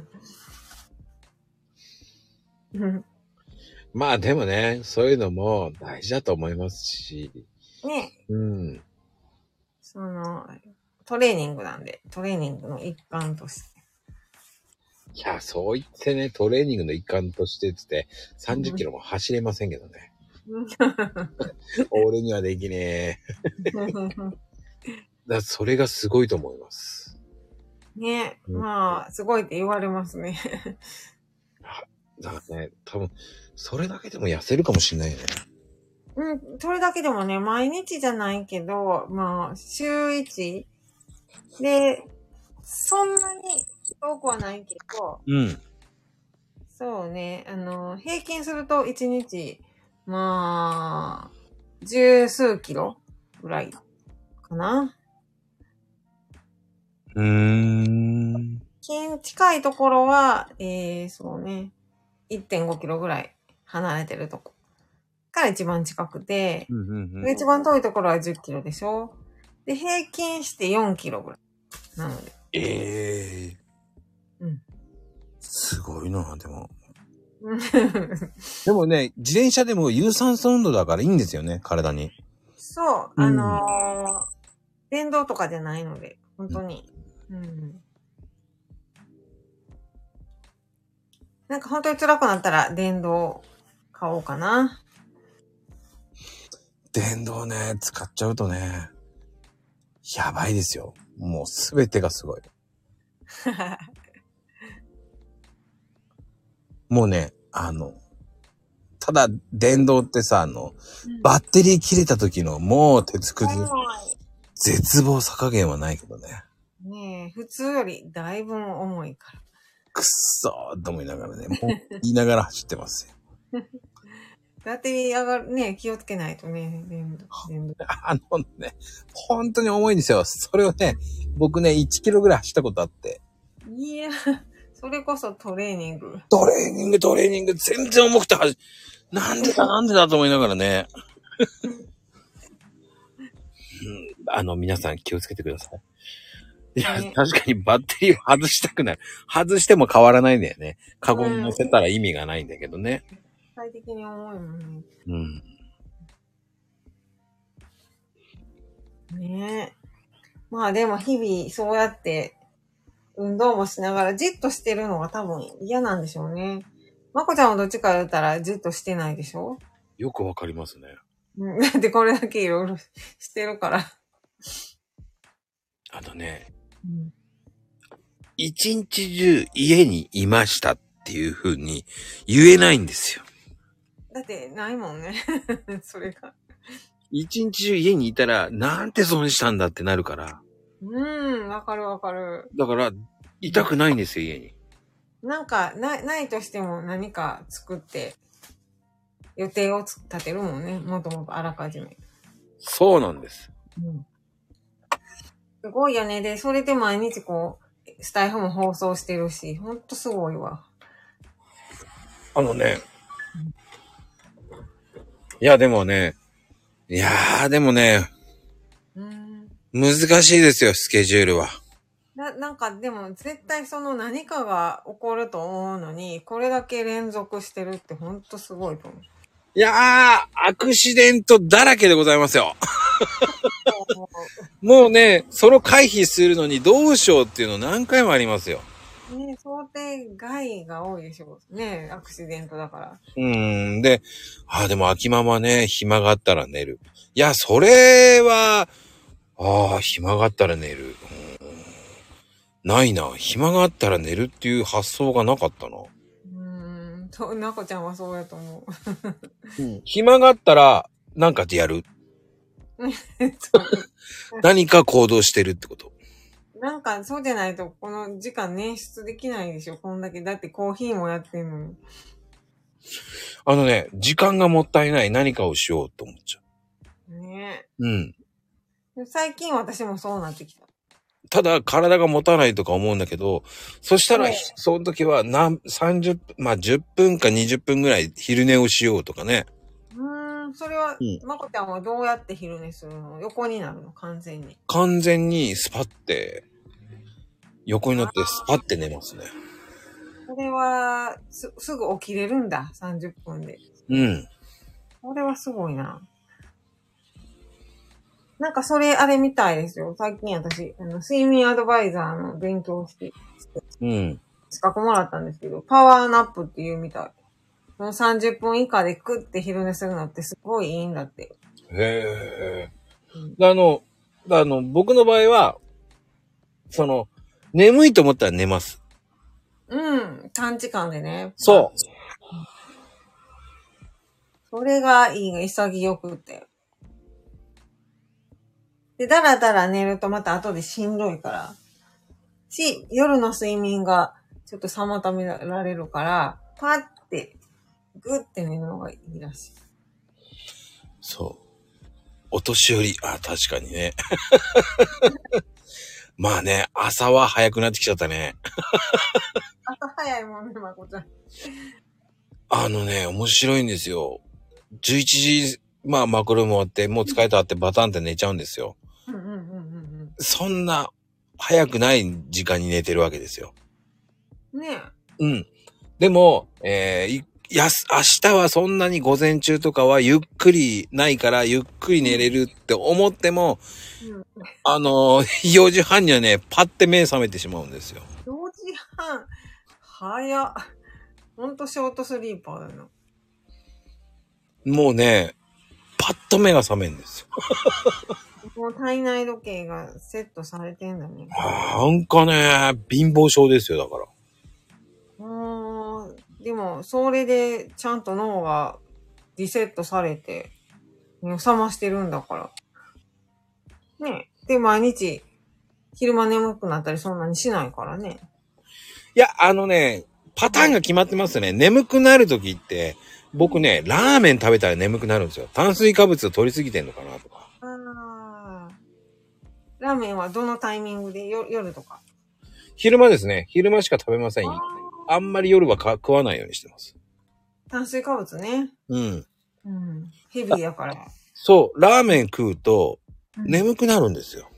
うんまあでもね、そういうのも大事だと思いますし。ねうん。その、トレーニングなんで、トレーニングの一環として。 <laughs> いや、そう言ってね、トレーニングの一環としてっつって、30キロも走れませんけどね。俺にはできねえ。だからそれがすごいと思います。ねうんまあ、すごいって言われますね。だからね、多分、それだけでも痩せるかもしれないよね。うん、それだけでもね、毎日じゃないけど、まあ、週1で、そんなに多くはないけど、うん。そうね、あの、平均すると1日、まあ、十数キロぐらいかな。うーん。近近いところは、えー、そうね、1.5キロぐらい離れてるとこから一番近くて、うんうんで一番遠いところは10キロでしょで、平均して4キロぐらい。なので。 <laughs> ええうんすごいな、でも。うんでもね、自転車でも有酸素運動だからいいんですよね、体に。そう、うんあのー伝道とかじゃないので、本当に。うん。なんか本当に辛くなったら電動買おうか <laughs> な。電動ね、使っちゃうとね、やばいですよ。もうすべてがすごい。もうね、あの、ただ電動ってさ、あの、バッテリー切れた時のもう鉄くず、絶望さ加減はないけどね。ねえ、普通よりだいぶ重いから。くっそーと思いながらね、もう言いながら走ってますよ。 <laughs> バッテリー上がる、ねえ気をつけないとね、電動。電動あのね、本当に重いんですよ。それをね、僕ね、1キロぐらい走ったことあって、いや、それこそトレーニング。トレーニング、トレーニング、全然重くて走、なんでだ、なんでだと思いながらね。うんあの、皆さん気をつけてください。いや、ね確かにバッテリーを外したくない。外しても変わらないんだよね。カゴに乗せたら意味がないんだけどね。具体的に重いもんうん。ね。ねえ。まあでも日々そうやって運動もしながらじっとしてるのが多分嫌なんでしょうね。まこちゃんはどっちか言ったらじっとしてないでしょよくわかりますね。うんだってこれだけいろいろしてるから。あとね、うん一日中家にいましたっていう風に言えないんですよ。だってないもんね。 <laughs> それが。一日中家にいたら、なんて損したんだってなるから。うん、わかるわかる。だから、痛くないんですよ、家に。なんか、ない、ないとしても何か作って、予定をつ立てるもんね。もともとあらかじめ。そうなんです。うん。すごいよね。で、それで毎日こう、スタイフも放送してるし、ほんとすごいわ。あのね。いや、でもね、いやー、でもね、うん。難しいですよ、スケジュールは。な、なんかでも絶対その何かが起こると思うのに、これだけ連続してるってほんとすごいと思う。いやー、アクシデントだらけでございますよ。もうね、それを回避するのにどうしようっていうの何回もありますよ。ね想定外が多いでしょう。ねアクシデントだから。うん。で、ああ、でも秋ママね、暇があったら寝る。いや、それは、ああ、暇があったら寝る。うん、ないな。暇があったら寝るっていう発想がなかったな。うーん、と、なこちゃんはそうやと思う。 <laughs> 暇があったら、なんかでやる。何か行動してるってこと。なんか、そうじゃないと、この時間捻出できないでしょ。こんだけ。だってコーヒーもやってんのに。あのね、時間がもったいない。何かをしようと思っちゃねう。うん。で最近私もそうなってきた。ただ、体が持たないとか思うんだけど、そしたらはい、その時は、なん、30分、まあ、10分か20分ぐらい昼寝をしようとかね。うーん、それはうん、まこちゃんはどうやって昼寝するの横になるの完全に。完全にスパって、横になってスパって寝ますね。これは、す、すぐ起きれるんだ。30分で。うん。これはすごいな。なんかそれあれみたいですよ。最近私、あの、睡眠アドバイザーの勉強をして、うん。資格もらったんですけど、パワーナップっていうみたい。その30分以下でクって昼寝するのってすごいいいんだって。へえ。あの、あの、僕の場合は、その、眠いと思ったら寝ます。うん。短時間でね。そう。それがいいが潔くって。で、だらだら寝るとまた後でしんどいから。し、夜の睡眠がちょっと妨められるから、パッて、グッて寝るのがいいらしい。そう。お年寄り、あ、確かにね。 <laughs> まあね、朝は早くなってきちゃったね。朝早いもんね、まこちゃん。あのね、面白いんですよ。11時、まあ、マクロも終わって、もう疲れたってバタンって寝ちゃうんですよ。うんうんうんそんな早くない時間に寝てるわけですよ。うんうん。ねえ。うん。でも、えー、いやす、明日はそんなに午前中とかはゆっくりないから、ゆっくり寝れるって思っても、うんあのー、4時半にはね、パッて目覚めてしまうんですよ。 4時半、早っ。ほんとショートスリーパーだな。もうね、パッと目が覚めるんですよ。もう体内時計がセットされてんだね。なんかね、貧乏症ですよ、だから。もう、でも、それでちゃんと脳がリセットされて、目を覚ましてるんだから。ねえ。で、毎日、昼間眠くなったりそんなにしないからね。いや、あのね、パターンが決まってますよね。眠くなるときって、僕ね、ラーメン食べたら眠くなるんですよ。炭水化物を取りすぎてんのかなとか。ああ。ラーメンはどのタイミングでよ夜とか。昼間ですね。昼間しか食べません。あ今ーあんまり夜はか食わないようにしてます。炭水化物ね。うん。うん。ヘビーやから。そう、ラーメン食うと眠くなるんですよ。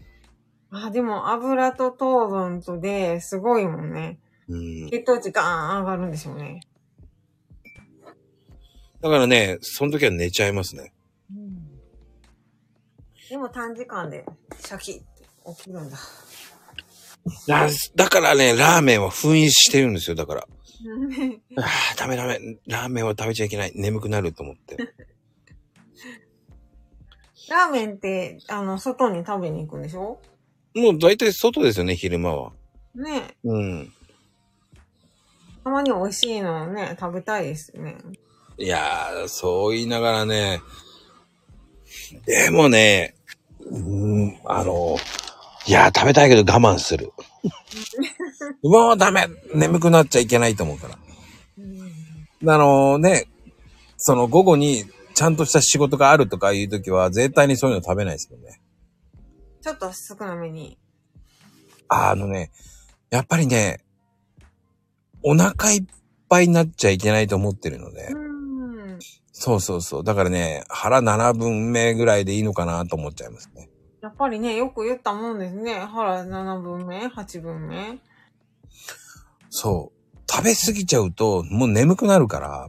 あ、でも油と糖分とで、すごいもんね。うん。血糖値ガーン上がるんでしょうね。だからね、その時は寝ちゃいますね。でも短時間でシャキッて起きるんだ。だだからね、ラーメンは封印してるんですよ。だから。うんあーダメダメ。ラーメンは食べちゃいけない。眠くなると思って。ラーメンって、あの、外に食べに行くんでしょもう大体外ですよね、昼間は。ねえうん。たまに美味しいのね、食べたいですね。いやー、そう言いながらね、でもね、うーん、あの、いやー、食べたいけど我慢する。もうダメ眠くなっちゃいけないと思うから。あのね、その午後にちゃんとした仕事があるとかいう時は絶対にそういうの食べないですけどね。ちょっと少なめに。あのね、やっぱりね、お腹いっぱいになっちゃいけないと思ってるのでう、ん。そうそうそう。だからね、腹7分目ぐらいでいいのかなと思っちゃいますね。やっぱりね、よく言ったもんですね。腹7分目、8分目。そう。食べ過ぎちゃうと、もう眠くなるから、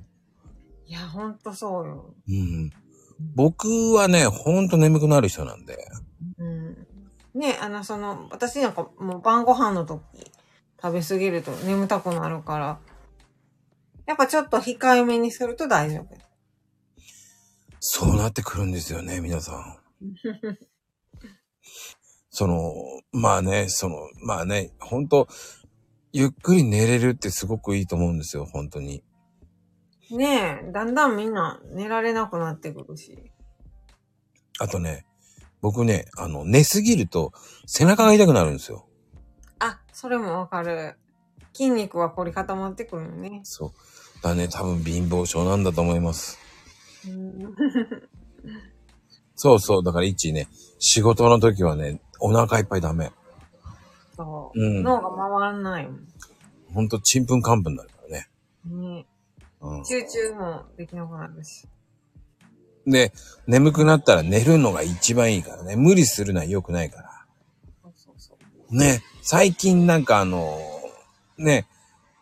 いや、ほんとそうよ。うん。僕はね、ほんと眠くなる人なんで。うん。ね、あの、その、私なんかもう晩ご飯の時、食べ過ぎると眠たくなるから、やっぱちょっと控えめにすると大丈夫。そうなってくるんですよね、皆さん。その、まあね、その、まあね、ほんと、ゆっくり寝れるってすごくいいと思うんですよ、本当に。ねえ、だんだんみんな寝られなくなってくるし。あとね、僕ね、あの、寝すぎると、背中が痛くなるんですよ。あ、それもわかる。筋肉は凝り固まってくるよね。そう。だね、多分貧乏症なんだと思います。うんそうそう。だから、一ね、仕事の時はね、お腹いっぱいダメ。そう、うん脳が回らないもほんと、ちんぷんかんぷんになるからね。ん。ねう集中もできなくなるし。ん。で、眠くなったら寝るのが一番いいからね。無理するのは良くないから。そうそうそう。ね、最近なんかあの、ね、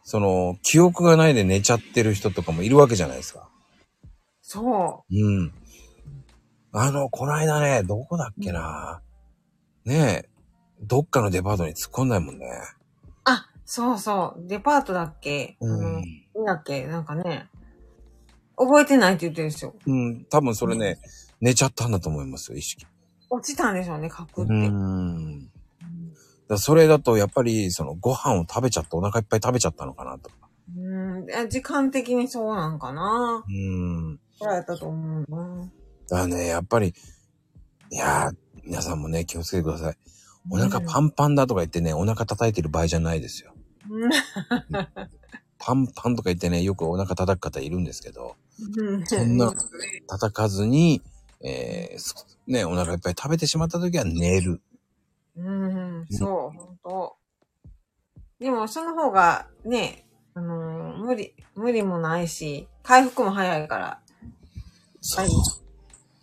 その、記憶がないで寝ちゃってる人とかもいるわけじゃないですか。そうん。あの、こないだね、どこだっけな。ねえ、どっかのデパートに突っ込んないもんね。う。あ、そうそう。デパートだっけ、あのうん。なんだっけなんかね。覚えてないって言ってるでしょ。うん、多分それね、寝ちゃったんだと思いますよ、意識。落ちたんでしょうね、書くって。ん。だそれだと、やっぱり、その、ご飯を食べちゃって、お腹いっぱい食べちゃったのかなとか。うん。あ時間的にそうなんかな。うん。そうやったと思うな。だからね、やっぱり、いやー、皆さんもね、気をつけてください。お腹パンパンだとか言ってね、お腹叩いてる場合じゃないですよ。うんパンパンとか言ってね、よくお腹叩く方いるんですけど、うんそんな叩かずに、えーす、ね、お腹いっぱい食べてしまった時は寝る。うん、そう、本当。でも、その方が、ね、あのー無理、無理もないし、回復も早いから。そうはい。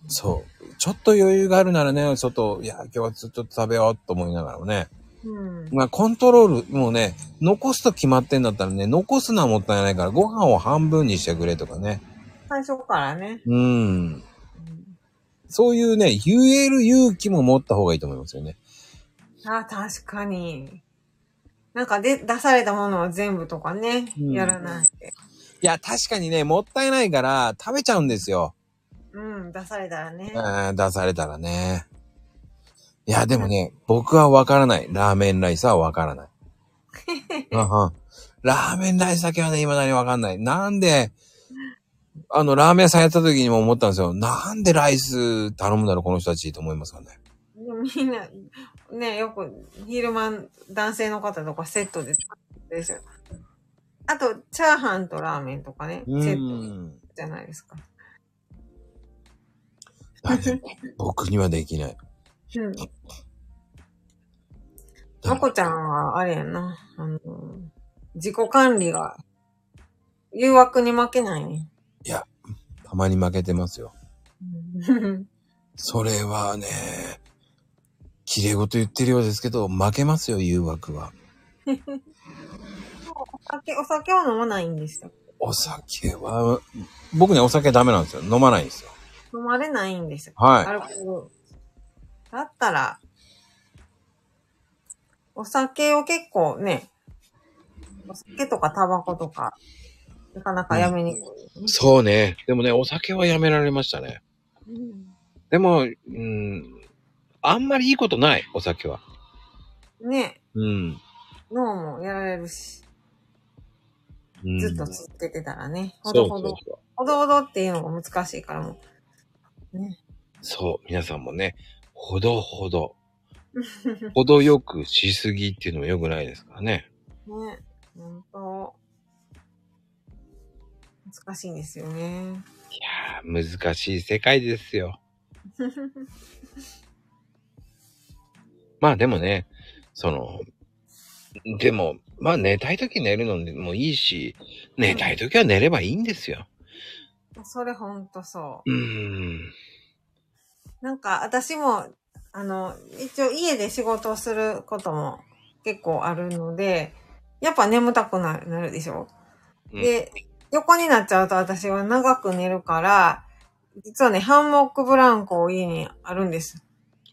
そう。ちょっと余裕があるならね、外、いや、今日はちょっと食べようと思いながらもね、うん。まあ、コントロール、もうね、残すと決まってんだったらね、残すのはもったいないから、ご飯を半分にしてくれとかね。最初からね。うん。そういうね、言える勇気も持った方がいいと思いますよね。あ、確かに。なんかで、出されたものを全部とかね、うんやらないで。いや、確かにね、もったいないから、食べちゃうんですよ。うん、出されたらね。うん出されたらね。いや、でもね、僕はわからない。ラーメンライスはわから <laughs> ない。うんうんラーメンライスだけはね、未だにわかんない。なんで、あの、ラーメン屋さんやった時にも思ったんですよ。なんでライス頼むんだろう、この人たちと思いますからね。でもみんな、ね、よく昼間男性の方とかセットで作ってるんですよ。あと、チャーハンとラーメンとかね、セうットん。じゃないですか。だね僕にはできない。うん。まこちゃんは、あれやな、あの、自己管理が、誘惑に負けないね。たまに負けてますよ。うんそれはね、綺麗事言ってるようですけど、負けますよ、誘惑は。お酒、お酒は飲まないんでした。お酒は、僕ね、お酒ダメなんですよ。飲まないんですよ。飲まれないんでした。アはルコール。だったら、お酒を結構ね、お酒とかタバコとか、なかなかやめにくいい。そうね。でもね、お酒はやめられましたね。でも、うん、あんまりいいことない、お酒は。ね、うん。脳もやられるし、うんずっと続けてたらね、そほうそどうほど、そう。ほどほどっていうのが難しいからもう。ね。そう、皆さんもね、ほどほ <laughs> ど。ほどよくしすぎっていうのも良くないですからね。ね、本当難しいんですよね。いやー、難しい世界ですよ。まあでもね、その、でも、まあ寝たい時寝るのもいいし、寝たい時は寝ればいいんですよ。それほんとそう。うーん。なんか私も、あの、一応家で仕事をすることも結構あるので、やっぱ眠たくなるなるでしょ、うんで、横になっちゃうと私は長く寝るから、実はね、ハンモックブランコを家にあるんです。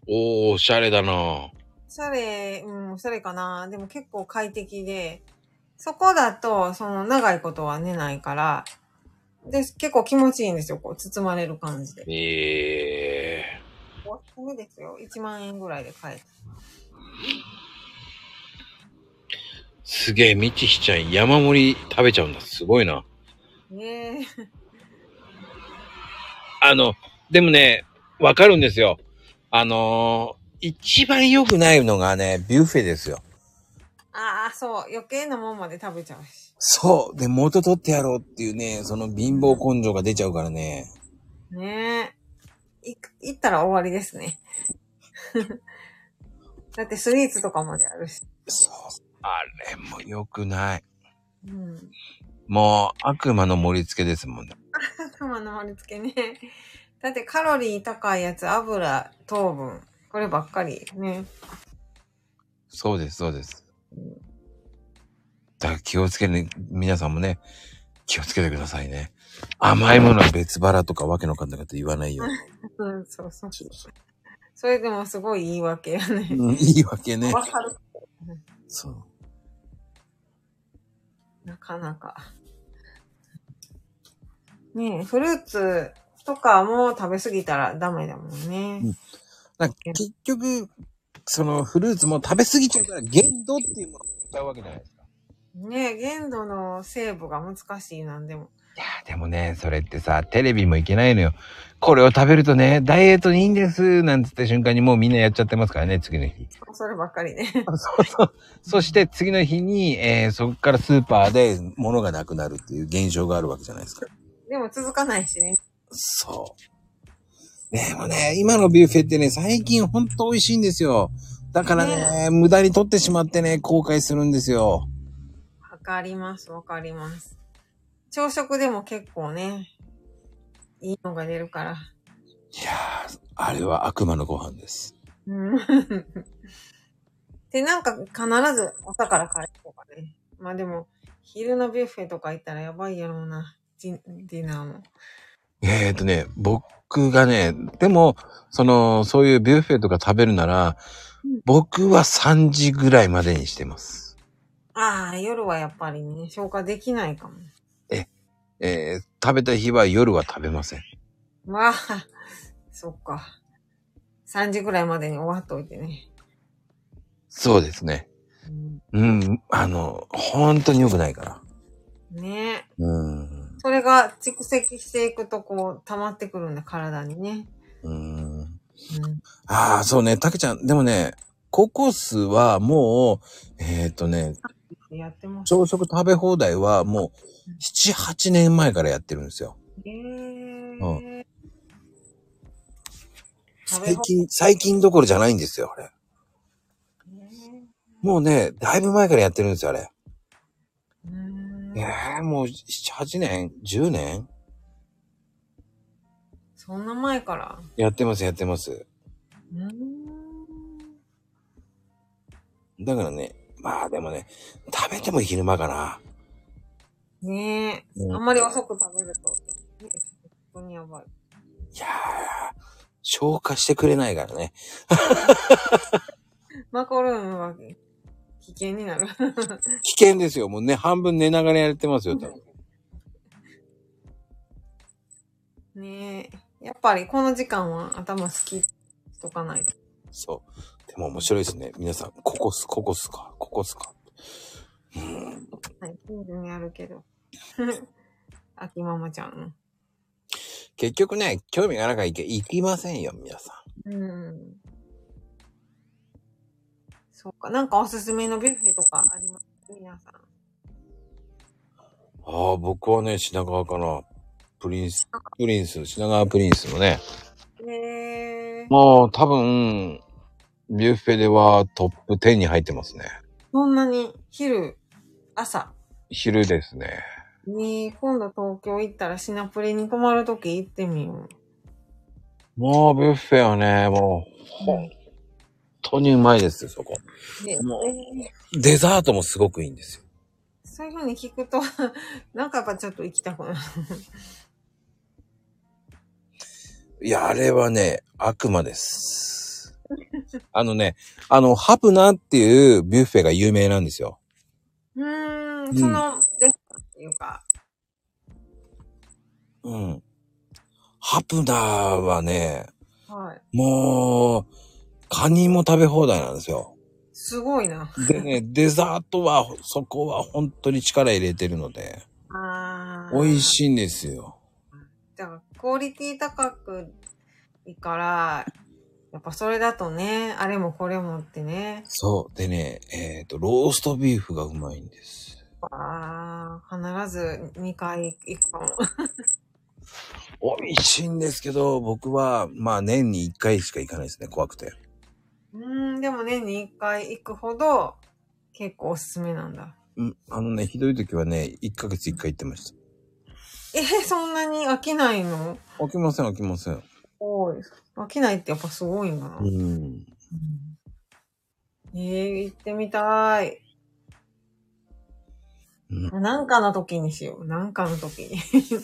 おー、おしゃれだなぁおしゃれ、うん、おしゃれかな。でも結構快適で、そこだと、その長いことは寝ないから、で、結構気持ちいいんですよ。こう、包まれる感じで。ええおすすめですよ。1万円ぐらいで買えたすげえ、みちひちゃん山盛り食べちゃうんだ。すごいな。ねえ。 <laughs> あの、でもね、わかるんですよ。あのー一番良くないのがね、ビュッフェですよ。ああ、そう。余計なもんまで食べちゃうし。そう。で、元取ってやろうっていうね、その貧乏根性が出ちゃうからね。ねえ。い行ったら終わりですね。 <laughs> だってスイーツとかまであるし。そう。あれも良くない。うん。もう、悪魔の盛り付けですもんね。頭の盛り付けね。 <laughs> だってカロリー高いやつ、油、糖分。こればっかりね。そうです、そうです。だから気をつける、ね、皆さんもね、気をつけてくださいね。甘いものは別腹とかわけのわかんないこと言わないように。うん、そうそう。そうそそれでもすごい言い訳や <laughs> <laughs> うね。うんいいわけね。わかる。そう。なかなか。ねえ、フルーツとかも食べ過ぎたらダメだもんね。なんか結局、そのフルーツも食べ過ぎちゃうから限度っていうものを使うわけじゃないですか。ねえ、限度のセーブが難しいなんでも。いやーでもね、それってさ、テレビもいけないのよ。これを食べるとね、ダイエットにいいんです、なんつった瞬間にもうみんなやっちゃってますからね、次の日。そればっかりね。そうそう。そして次の日に、えーそこからスーパーで物がなくなるっていう現象があるわけじゃないですか。でも続かないしね。そう。ねでもね、今のビュッフェってね、最近ほんと美味しいんですよ。だからね、無駄に取ってしまってね、後悔するんですよ。わかります、わかります。朝食でも結構ね、いいのが出るから。いやー、あれは悪魔のご飯です。うん。 <laughs> で、なんか必ず朝からカレーとかね。まあでも、昼のビュッフェとか行ったらやばいやろうな。ジンディナーも。えー、とね、僕がね、でも、その、そういうビュッフェとか食べるならうん、僕は3時ぐらいまでにしてます。ああ、夜はやっぱりね、消化できないかも。えー食べた日は夜は食べません。まあ、そっか。3時ぐらいまでに終わっといてね。そうですね。うんうん、あの、本当に良くないから。ねえ。うん。それが蓄積していくとこう、溜まってくるんだ、体にね。うん。うん。ああ、そうね、たけちゃん、でもね、ココスはもう、えっ、とね、やってます。朝食食べ放題はもう、7、8年前からやってるんですよ。えうー、食べ最放近、最近どころじゃないんですよ、あれ。ねもうね、だいぶ前からやってるんですよ、あれ。うーんええもう、7、8年 ?10 年そんな前から。やってます、やってます。うーん。だからね、まあでもね、食べても昼間かな。ねえ、うんあんまり遅く食べると。ね本当にやばい。いやー、消化してくれないからね。マコルームは危険にな <laughs> る。危険ですよ、もうね、半分寝ながらやってますよ、多分ねえ。やっぱりこの時間は頭好きしとかないと。そう。でも面白いですね。皆さん、ココス、ココスか、ココスか。うん。はい、近所にあるけど。 <laughs> 秋ママちゃん。結局ね、興味がなきゃいけ、行きませんよ、皆さうん。そうか。なんかおすすめのビュッフェとかあります皆さん。ん。ああ、僕はね、品川かな。プリンス、プリンス、品川プリンスのね。へえ。もう多分、ビュッフェではトップ10に入ってますね。そんなに昼、朝。昼ですね。に、今度東京行ったらシナプリに泊まるとき行ってみよもうビュッフェはね、もう、本当にうまいですよ、そこ。う。で、もうえーデザートもすごくいいんですよ。そういうふうに聞くと、 <laughs> なんかやっぱちょっと行きたくなる。いや、あれはね、悪魔です。あのね、あの、ハプナっていうビュッフェが有名なんですよ。ううーんん、その、レストランっていうか、うん。ハプナはね、はい。もう、カニも食べ放題なんですよ。すごいな。でね、デザートは、そこは本当に力入れてるので、あー美味しいんですよ。だからクオリティ高くいいから、やっぱそれだとね、あれもこれもってね。そう。でね、えっ、と、ローストビーフがうまいんです。ああ、必ず2回行くかも。美味しいんですけど、僕は、まあ年に1回しか行かないですね、怖くて。うーん、でも年に1回行くほど結構おすすめなんだ。うん、あのね、ひどい時はね、1ヶ月1回行ってました。えそんなに飽きないの起きません、起きません。おい。飽きないってやっぱすごいんだな。うん。えー、行ってみたい。うんなんかの時にしよう。なんかの時に。 <laughs>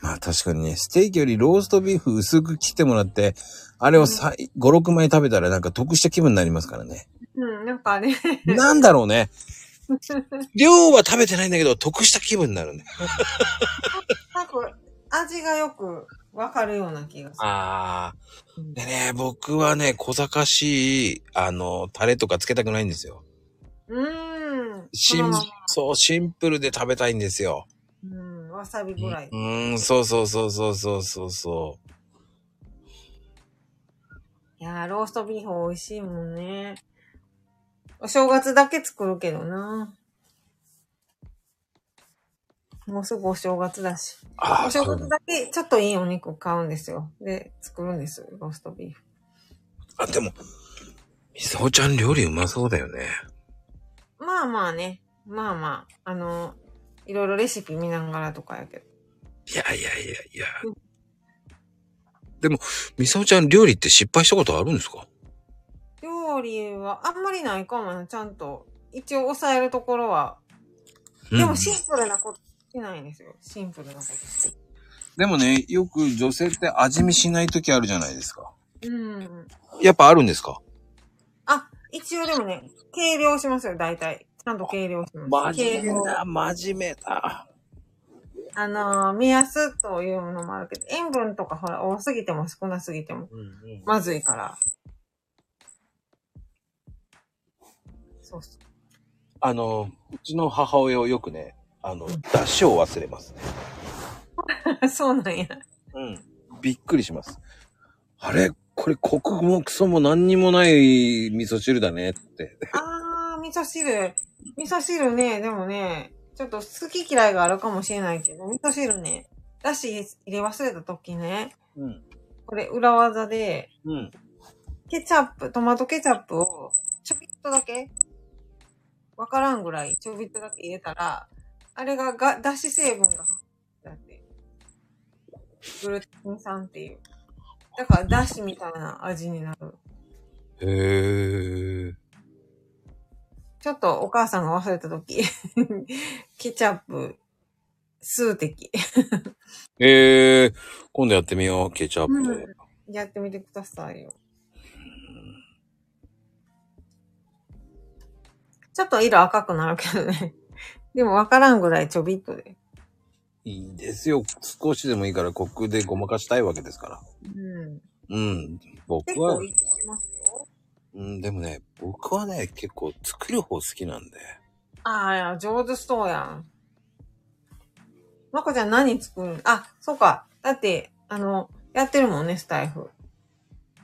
まあ確かにね、ステーキよりローストビーフ薄く切ってもらって、あれをさい5、6枚食べたらなんか得した気分になりますから <laughs> ね。うん、なんかね。 <laughs> なんだろうね。量は食べてないんだけど、得した気分になるね。なんか、味がよくわかるような気がすああ。る。うんでね、僕はね、小賢しい、あの、タレとかつけたくないんですよ。うーん。シそンのまま、そう、シンプルで食べたいんですよ。うん、わさびぐらい。うーん、そうそうそうそうそうそうそう。いやー、ローストビーフ美味しいもんね。お正月だけ作るけどな。もうすぐお正月だし。あおあ、正そう月だけちょっといいお肉買うんですよ。で、作るんです。ローストビーフ。あ、でも、みさおちゃん料理うまそうだよね。まあまあね。まあまあ。あの、いろいろレシピ見ながらとかやけど。いやいやいやいや。でも、みさおちゃん料理って失敗したことあるんですか料料理はあんまりないかもな、ちゃんと。一応抑えるところは。うんでもシンプルなことしないんですよ。シンプルなこと。でもね、よく女性って味見しない時あるじゃないですか。うん。やっぱあるんですかあ、一応でもね、計量しますよ、大体。ちゃんと計量しま真す。計面目量。だ、真面目だ。あのー目安というものもあるけど、塩分とかほら、多すぎても少なすぎても、まずいから。そうそう。あの、うちの母親をよくね、あの、出汁を忘れますね。 <laughs> そうなんや。うん。びっくりします。あれこれ、コクもクソも何にもない味噌汁だねって。あー、味噌汁。味噌汁ね、でもね、ちょっと好き嫌いがあるかもしれないけど、味噌汁ね、だし入れ忘れた時ね、うん。これ裏技で、うん。ケチャップ、トマトケチャップを、ちょびっとだけ、わからんぐらい、ちょびっとだけ入れたら、あれがが、だし成分が入ってあって、グルテン酸っていう。だから、だしみたいな味になる。へー。ちょっとお母さんが忘れた時 <laughs> ケチャップ、数滴、へー。今度やってみよう、ケチャップで。やってみてくださいよ。ちょっと色赤くなるけどね。 <laughs> でもわからんぐらいちょびっとで。いいですよ。少しでもいいからコクでごまかしたいわけですから。うん。うん。結僕は構、いきますよ。うん、でもね、僕はね、結構作る方好きなんで。ああ、いや上手そうやん。まこちゃん何作るあ、そうか。だって、あの、やってるもんね、スタイフ。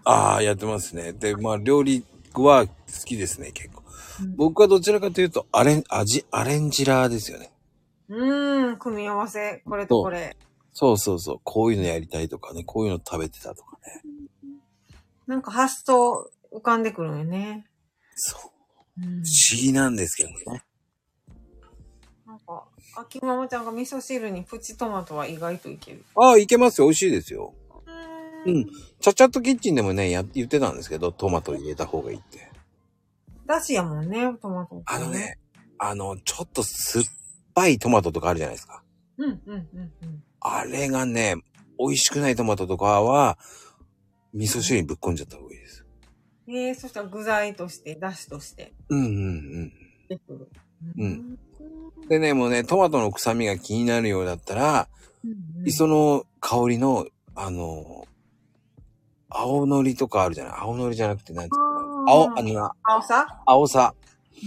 ああ、やってますね。で、まあ、料理は好きですね、結構うん。僕はどちらかというと、アレン、味、アレンジラーですよね。うーん、組み合わせ。これとこれ。そうそうそう。こういうのやりたいとかね、こういうの食べてたとかね。なんか発想浮かんでくるよね。そう。うん不思議なんですけどね。なんか、秋ママちゃんが味噌汁にプチトマトは意外といける。ああ、いけますよ。美味しいですよ。ううん。。ちゃちゃっとキッチンでもね、や、言ってたんですけど、トマト入れた方がいいって。だしやもんね、トマトって。あのね、あの、ちょっと酸っぱいトマトとかあるじゃないですか。うん。うんうんうんあれがね、美味しくないトマトとかは、味噌汁にぶっ込んじゃった方がいいです。うん。えー、そしたら具材として、だしとしてうんうんうん。出てくる。うん。でね、もうね、トマトの臭みが気になるようだったら、うん磯の香りの、あの、青のりとかあるじゃない青のりじゃなくて、なんていうのあー青、あの、青さ青さ。う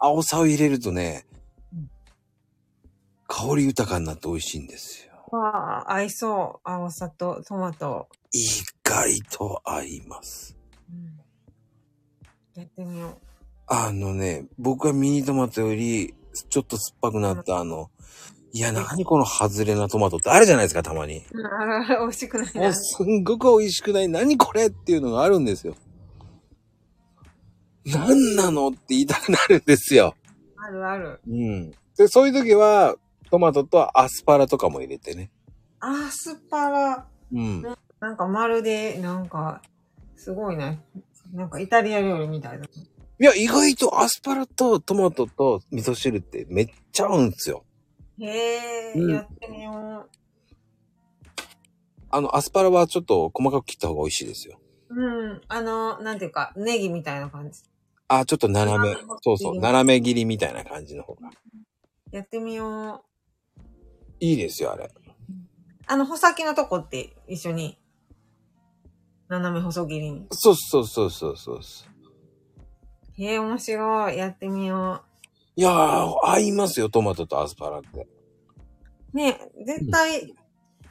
青さを入れるとねうん、香り豊かになって美味しいんですよ。ん。わあ、合いそう。青さとトマト。意外と合います。うん。やってみよあのね、僕はミニトマトより、ちょっと酸っぱくなったあの、いや、何この外れなトマトってあるじゃないですか、たまに。う。うんあー、 <laughs> 美味しくないもなう。すんごく美味しくない。何これっていうのがあるんですよ。何なのって言いたくなるんですよ。あるある。うん。で、そういう時は、トマトとアスパラとかも入れてね。アスパラ。うん。なんかまるで、なんか、すごいね。なんかイタリア料理みたいな。いや、意外とアスパラとトマトと味噌汁ってめっちゃ合うんですよ。へえ、うんやってみよあの、アスパラはちょっと細かく切った方が美味しいですよ。う。うん。あの、なんていうか、ネギみたいな感じ。あ、ちょっと斜め。そうそう、斜め切りみたいな感じの方が。やってみよう。いいですよ、あれ。あの、穂先のとこって一緒に、斜め細切りに。そうそうそうそうそうそう。へえ、面白い。やってみよいやー、合いますよ、トマトとアスパラって。う。ね絶対、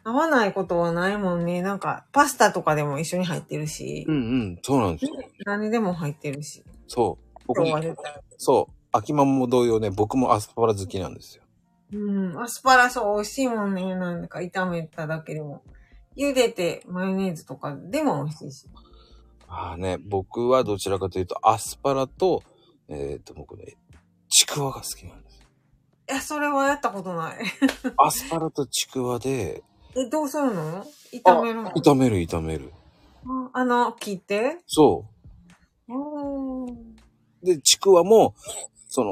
合わないことはないもんね。なんか、パスタとかでも一緒に入ってるし、うんうん、そうなんですよ。何でも入ってるし。そう。僕今日はね絶、対。そう。秋ママも同様ね、僕もアスパラ好きなんですよ。うん、アスパラそう美味しいもんね。なんか炒めただけでも。茹でてマヨネーズとかでも美味しいし。ああね、僕はどちらかというと、アスパラと、えっ、と、僕ね、ちくわが好きなんです。いや、それはやったことない。 <laughs> アスパラとちくわで、え、どうするのあ炒めるの炒める、炒める。あの、切ってそおで、ちくわも、その、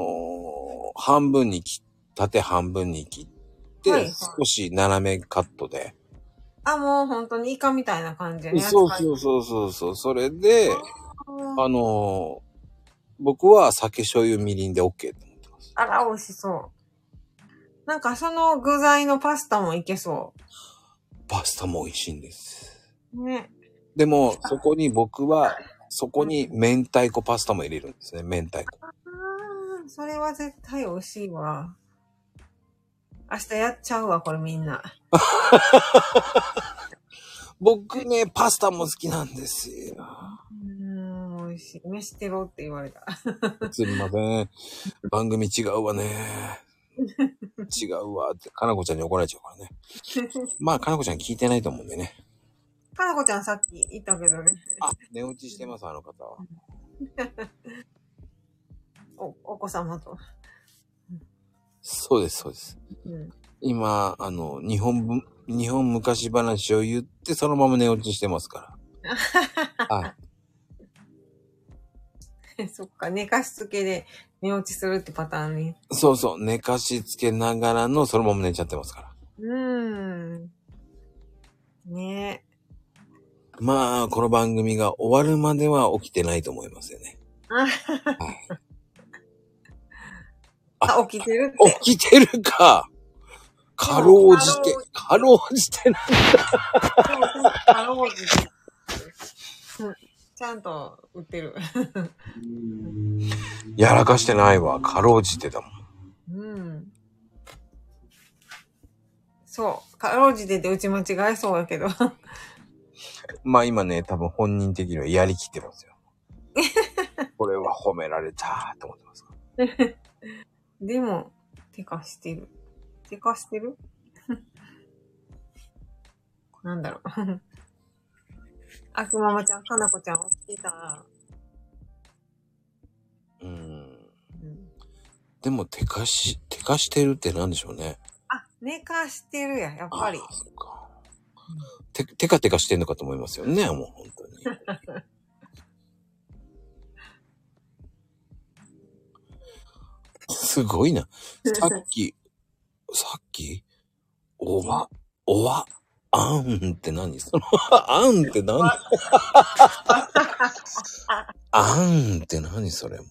半分に切っ縦半分に切って、はいはい少し斜めカットで。あ、もう本当にイカみたいな感じね。。そうそううそうそうそう。それで、あのー僕は酒醤油みりんで OK って思ってます。あら、美味しそう。なんかその具材のパスタもいけそパスタも美味しいんです。う。ね。でも、そこに僕は、そこに明太子パスタも入れるんですね、明太子。あーそれは絶対美味しいわ。明日やっちゃうわ、これみんな。僕ね、パスタも好きなんですよ。うーん、美味しい。飯テロって言われた。すみません。番組違うわね。違うわって、かなこちゃんに怒られちゃうからね。まあ、かなこちゃん聞いてないと思うんでね。かなこちゃんさっき言ったけどね。あ、寝落ちしてます、あの方は。お、お子様と。そうです、そうです。うん。 <laughs> 今、あの、日本ぶ、日本昔話を言って、そのまま寝落ちしてますから。はい。そっか、寝かしつけで寝落ちするってパターンね。そうそう、寝かしつけながらの、そのまま寝ちゃってますから。うーん。ねえ。まあ、この番組が終わるまでは起きてないと思いますよね。あはい、あ、起きてるって。起きてるかかろうじて、かろうじてな。あのうんちゃんと売ってる。やらかしてないわ。かろうじてだもん。うん。そう。かろうじてでうち間違えそうやけど。まあ今ね、多分本人的にはやりきってますよ。これは褒められたと思ってます。でも、てかしてる。てかしてるなんだろう。あくままちゃん、かなこちゃん起きてた。うん。うんでも、てかし、てかしてるって何でしょうね。あ、寝かしてるや、やっぱりあ。あそっか。て、てかてかしてんのかと思いますよ <laughs> ね、もう本当に。すごいな。さっき、さっき、おわ、おわ、あんって何その、 <laughs> あんって何あんって何そ <laughs> れも。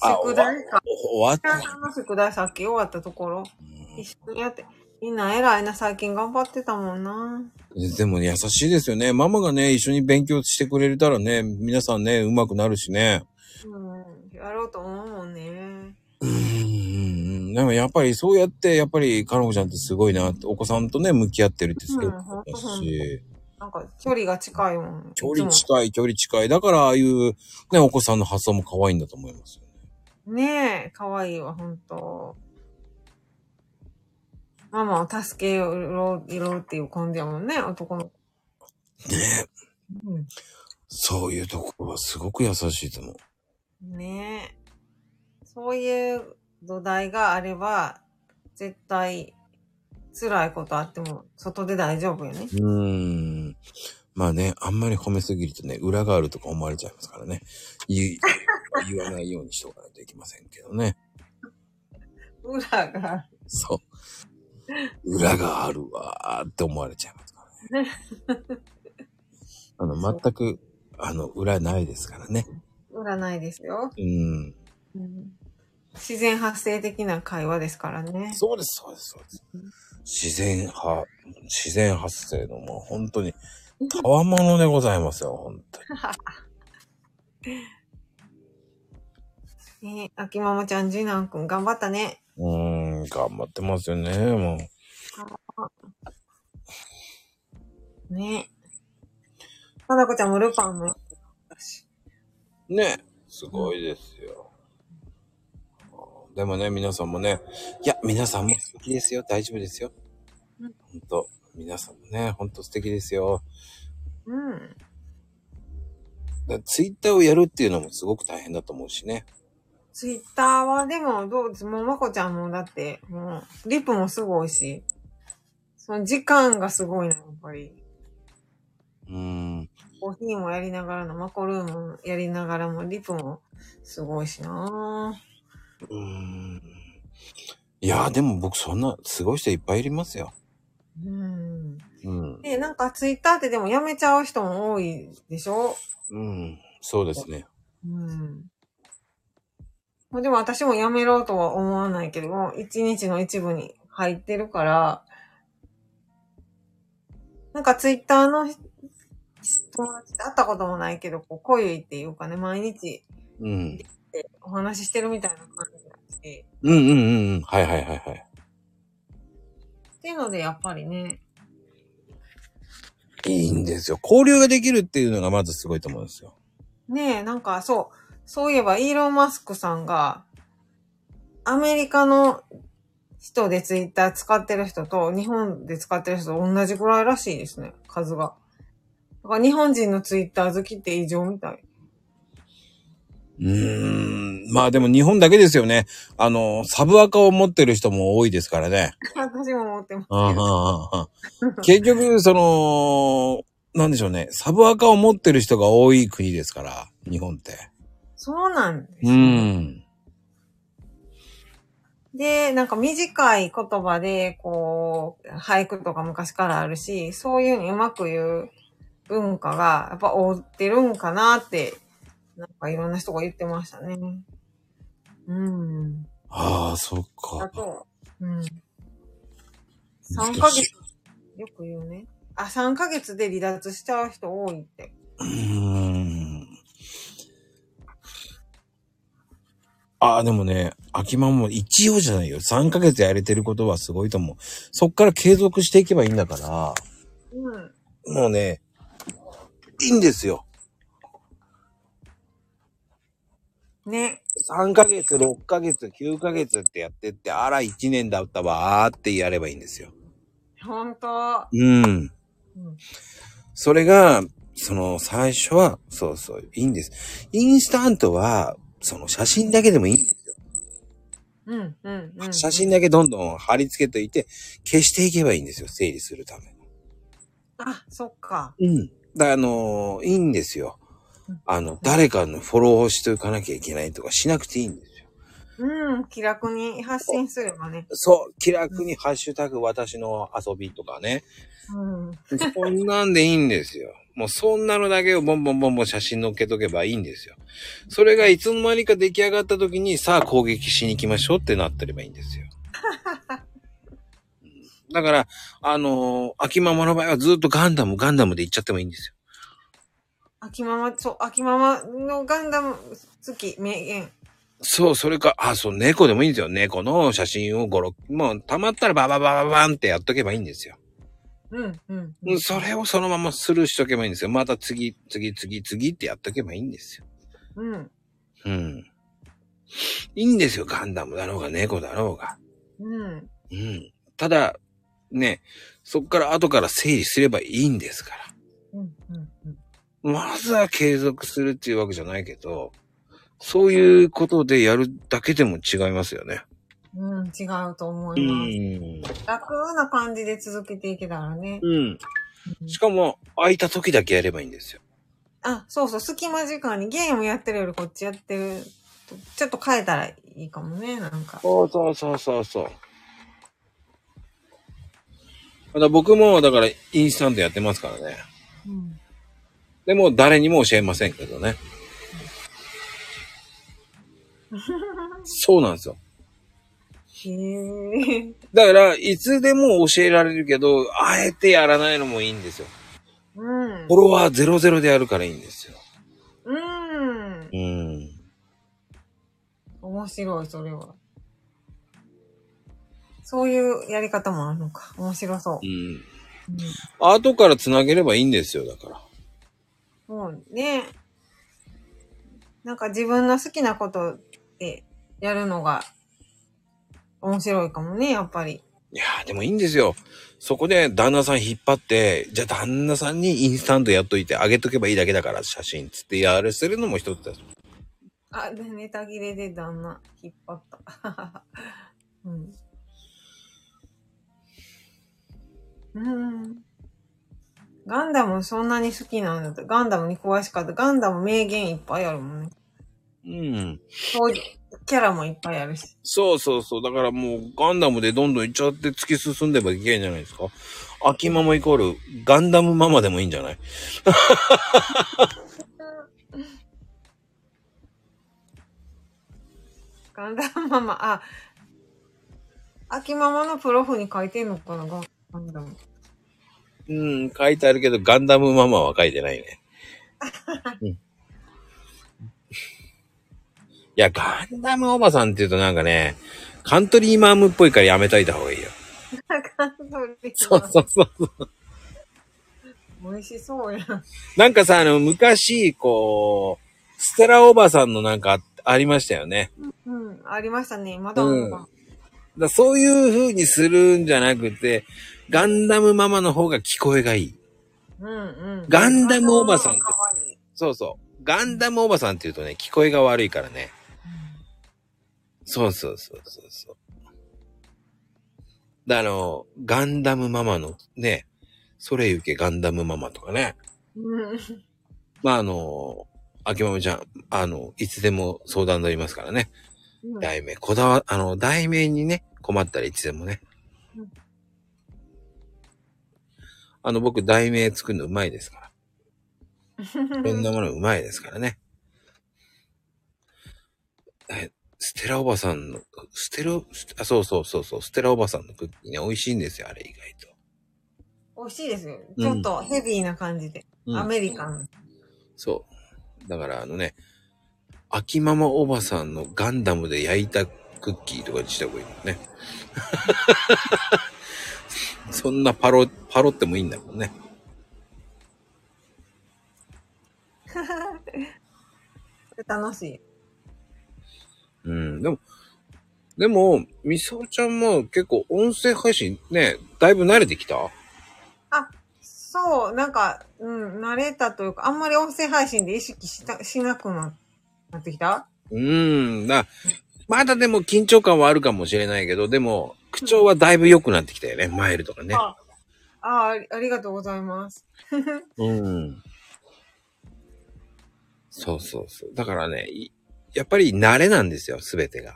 あ宿題か。おわってお。母さんの宿題さっき終わったところ。うん一緒にやって。みんな偉いな、最近頑張ってたもんな。でもね優しいですよね。ママがね、一緒に勉強してくれたらね、皆さんね、うまくなるしね。うん。やろうと思うもんね。うーん。でもやっぱりそうやって、やっぱり、かのこちゃんってすごいなって、お子さんとね、向き合ってるってすごいことだうんほんとほんし、なんか、距離が近いもん。距離いつ近い、距離近い。だから、ああいう、ね、お子さんの発想も可愛いんだと思いますよね。もねえ、かわいいわ、ほんと。ママを助けろ、いろっていう感じやもんね、男の子。ねうんそういうところはすごく優しいと思う。ねえ。そういう土台があれば、絶対、辛いことあっても、外で大丈夫よね。うーん。まあね、あんまり褒めすぎるとね、裏があるとか思われちゃいますからね。言い <laughs> 言わないようにしておかないといけませんけどね。裏が。そう。裏があるわーって思われちゃいますからね。あの、全く、あの、裏ないですからね。裏ないですよ。うん。うん自然発生的な会話ですからね。そうです、そうです、そうです。自然派、自然発生のもう本当に、たわものでございますよ、本当に。ねえ、秋ママちゃん、次男くん頑張ったね。うーん、頑張ってますよね、もう。ねえ。かなこちゃんもルパンもやったし。ねすごいですよ。でもね、皆さんもね、いや、皆さんも素敵ですよ。大丈夫ですよ。うんほんと、皆さんもね、ほんと素敵ですよ。うん。だツイッターをやるっていうのもすごく大変だと思うしね。ツイッターはでもどうですもうまこちゃんもだって、もう、リップもすごいし。その時間がすごいな、やっぱり。うーん。コーヒーもやりながらの、マコルームやりながらも、リプもすごいしなぁうーん。いやー、でも僕そんな、すごい人いっぱいいますよ。うん。うん。で、なんかツイッターってでもやめちゃう人も多いでしょうん。そうですね。うん。まあでも私もやめろとは思わないけども、一日の一部に入ってるから、なんかツイッターの人友達って会ったこともないけど、こう、濃いっていうかね、毎日うん。お話ししてるみたいな感じだし、うんうんうんうん。はいはいはいはい。っていうのでやっぱりね、いいんですよ。交流ができるっていうのがまずすごいと思うんですよ。ねえ、なんかそう、そういえばイーロン・マスクさんが、アメリカの人でツイッター使ってる人と日本で使ってる人と同じぐらいらしいですね、数が。だから日本人のツイッター好きって異常みたい。うーん。まあでも日本だけですよね。あの、サブアカを持ってる人も多いですからね。私も思ってますああああああ <laughs> 結局、その、なんでしょうね。サブアカを持ってる人が多い国ですから、日本って。そうなんです、うん。で、なんか短い言葉で、こう、俳句とか昔からあるし、そういうふうにうまく言う文化が、やっぱ覆ってるんかなって、なんかいろんな人が言ってましたね。うん。ああ、そっあか。と、うん。難しい3ヶ月、よく言うね。あ、3ヶ月で離脱しちゃう人多いって。うーん。ああ、でもね、秋間も一応じゃないよ。3ヶ月やれてることはすごいと思う。そっから継続していけばいいんだから。うん。もうね、いいんですよ。ね。 3ヶ月、6ヶ月、9ヶ月ってやってって、あら、1年だったわーってやればいいんですよ。ほんと。うん。うんそれが、その、最初は、そうそう、いいんです。インスタントは、その、写真だけでもいいんですよ。うん。うん。うん。写真だけどんどん貼り付けといて、消していけばいいんですよ。整理するための。あ、そっか。うん。だあのーいいんですよ。あの、誰かのフォローをしておかなきゃいけないとかしなくていいんですよ。うん。気楽に発信すればね。そう、気楽にハッシュタグ私の遊びとかね。うん。そんなんでいいんですよ。もうそんなのだけをボンボンボンボン写真載っけとけばいいんですよ。それがいつの間にか出来上がった時にさあ攻撃しに行きましょうってなってればいいんですよ。うんだから、あのー秋ママの場合はずっとガンダムガンダムで行っちゃってもいいんですよ。秋ママ、そう、秋ママのガンダム好き、名言。そう、それか、あ、そう、猫でもいいんですよ。猫の写真を5、6、もう溜まったらバババババンってやっとけばいいんですよ。うん、うん。うんそれをそのままスルーしとけばいいんですよ。また次、次、次、次ってやっとけばいいんですよ。うん。うん。いいんですよ、ガンダムだろうが、猫だろうが。うん。うん。ただ、ね、そっから後から整理すればいいんですかうん。うん。ら。まずは継続するっていうわけじゃないけど、そういうことでやるだけでも違いますよね。うん、違うと思ういます。ん。楽な感じで続けていけたらね。うん。うんしかも、空いた時だけやればいいんですよ。あ、そうそう、隙間時間にゲームやってるよりこっちやってると。ちょっと変えたらいいかもね、なんか。そうそうそうそうそう。まだ僕も、だから、インスタントやってますからね。うん。でも、誰にも教えませんけどね。そうなんですよ。へえ。だから、いつでも教えられるけど、あえてやらないのもいいんですよ。うんフォ。ロワー00でやるからいいんですよ。うん。うん。面白い、それは。そういうやり方もあるのか。面白そうう。ん。うん後から繋げればいいんですよ、だから。もうね、なんか自分の好きなことでやるのが面白いかもね、やっぱり。いやー、でもいいんですよ。そこで旦那さん引っ張って、じゃあ旦那さんにインスタントやっといてあげとけばいいだけだから、写真つってやるするのも一つだし。あ、でネタ切れで旦那引っ張った。 <laughs> うん。うん。ガンダムそんなに好きなんだって、ガンダムに詳しかった。ガンダム名言いっぱいあるもんね。うん。そういうキャラもいっぱいあるし。そうそうそう。だからもうガンダムでどんどん行っちゃって突き進んでばいけんじゃないですか。秋ママイコールガンダムママでもいいんじゃないガンダムマ <laughs> マ、あ、秋ママのプロフに書いてんのかな、ガンガンダム。 <laughs> うん、書いてあるけどガンダムママは書いてない <laughs> ね。うん、いや、ガンダムおばさんって言うとなんかね、カントリーマームっぽいからやめといた方がいいよ。ガンダムそうそうそう。美味しそうやん。なんかさ、あの、昔、こう、ステラおばさんのなんかあありましたよね。うん、ありましたね。まだあるのだか。からそういう風にするんじゃなくて、ガンダムママの方が聞こえがいい。うん、うん、ガンダムおばさんガンダムママ可愛いそうそう。ガンダムおばさんって言うとね、聞こえが悪いからね。そうそうそうそうそう。だあの、ガンダムママのね、それゆけガンダムママとかね。うん。まああの、秋ママちゃん、あの、いつでも相談乗りますからね。うん題名、こだわ、あの、題名にね、困ったらいつでもねうん。あの、僕、題名作るのうまいですから。いろん <laughs> なものうまいですからね。え、ステラおばさんの、ステラ、ステあ、そうそうそうそう、ステラおばさんのクッキーね、美味しいんですよ、あれ意外と。美味しいですよ。うんちょっとヘビーな感じで。うんアメリカンな。そう。だからあのね、秋ママおばさんのガンダムで焼いたクッキーとかにした方がいいもんね。 <laughs> そんなパロ、パロってもいいんだもんね。楽しい。うん。でも、でも、みさおちゃんも結構音声配信ね、だいぶ慣れてきたそう、なんか、うん、慣れたというか、あんまり音声配信で意識した、しなくななってきたうん。な、まだでも緊張感はあるかもしれないけど、でも、口調はだいぶ良くなってきたよね。マイルとかね。あああり、ありがとうございます。うん。そうそうそう。だからね、いやっぱり慣れなんですよ、すべてが。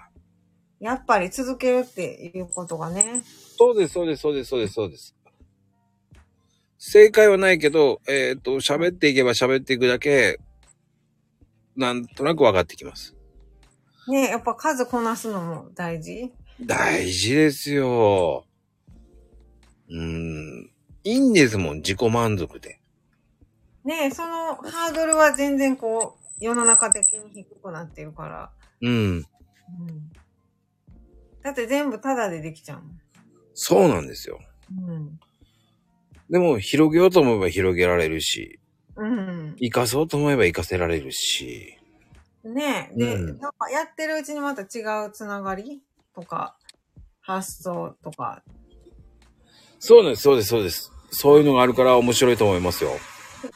やっぱり続けるっていうことがね。そうです、そうです、そうです、そうです、そうです。正解はないけど、えっ、と、喋っていけば喋っていくだけ、なんとなく分かってきます。ね、やっぱ数こなすのも大事。大事ですよ。うん。いいんですもん、自己満足で。ね、そのハードルは全然こう、世の中的に低くなってるから。うん。うん、だって全部タダでできちゃうもん。そうなんですよ。うん。でも、広げようと思えば広げられるし、うん。生かそうと思えば生かせられるし。ねえ、で、うんなんかやってるうちにまた違うつながりとか、発想とか、そうです、そうです、そうです。そういうのがあるから面白いと思いますよ。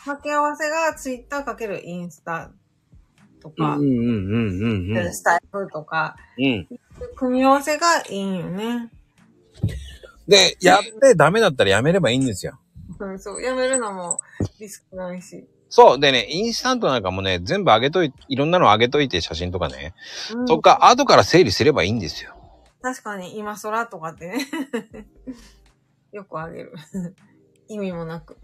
掛け合わせがツイッターかけるインスタとうんか、うんうんうんうん。スタイルとか、うん。組み合わせがいいんよね。で、やってダメだったらやめればいいんですよ。うんそう、やめるのもリスクないし。そう。でね、インスタントなんかもね、全部上げといて、いろんなの上げといて、写真とかね。うん、とか、後から整理すればいいんですよ。確かに今空とかってね。 <laughs> よくあげる。 <laughs> 意味もなく。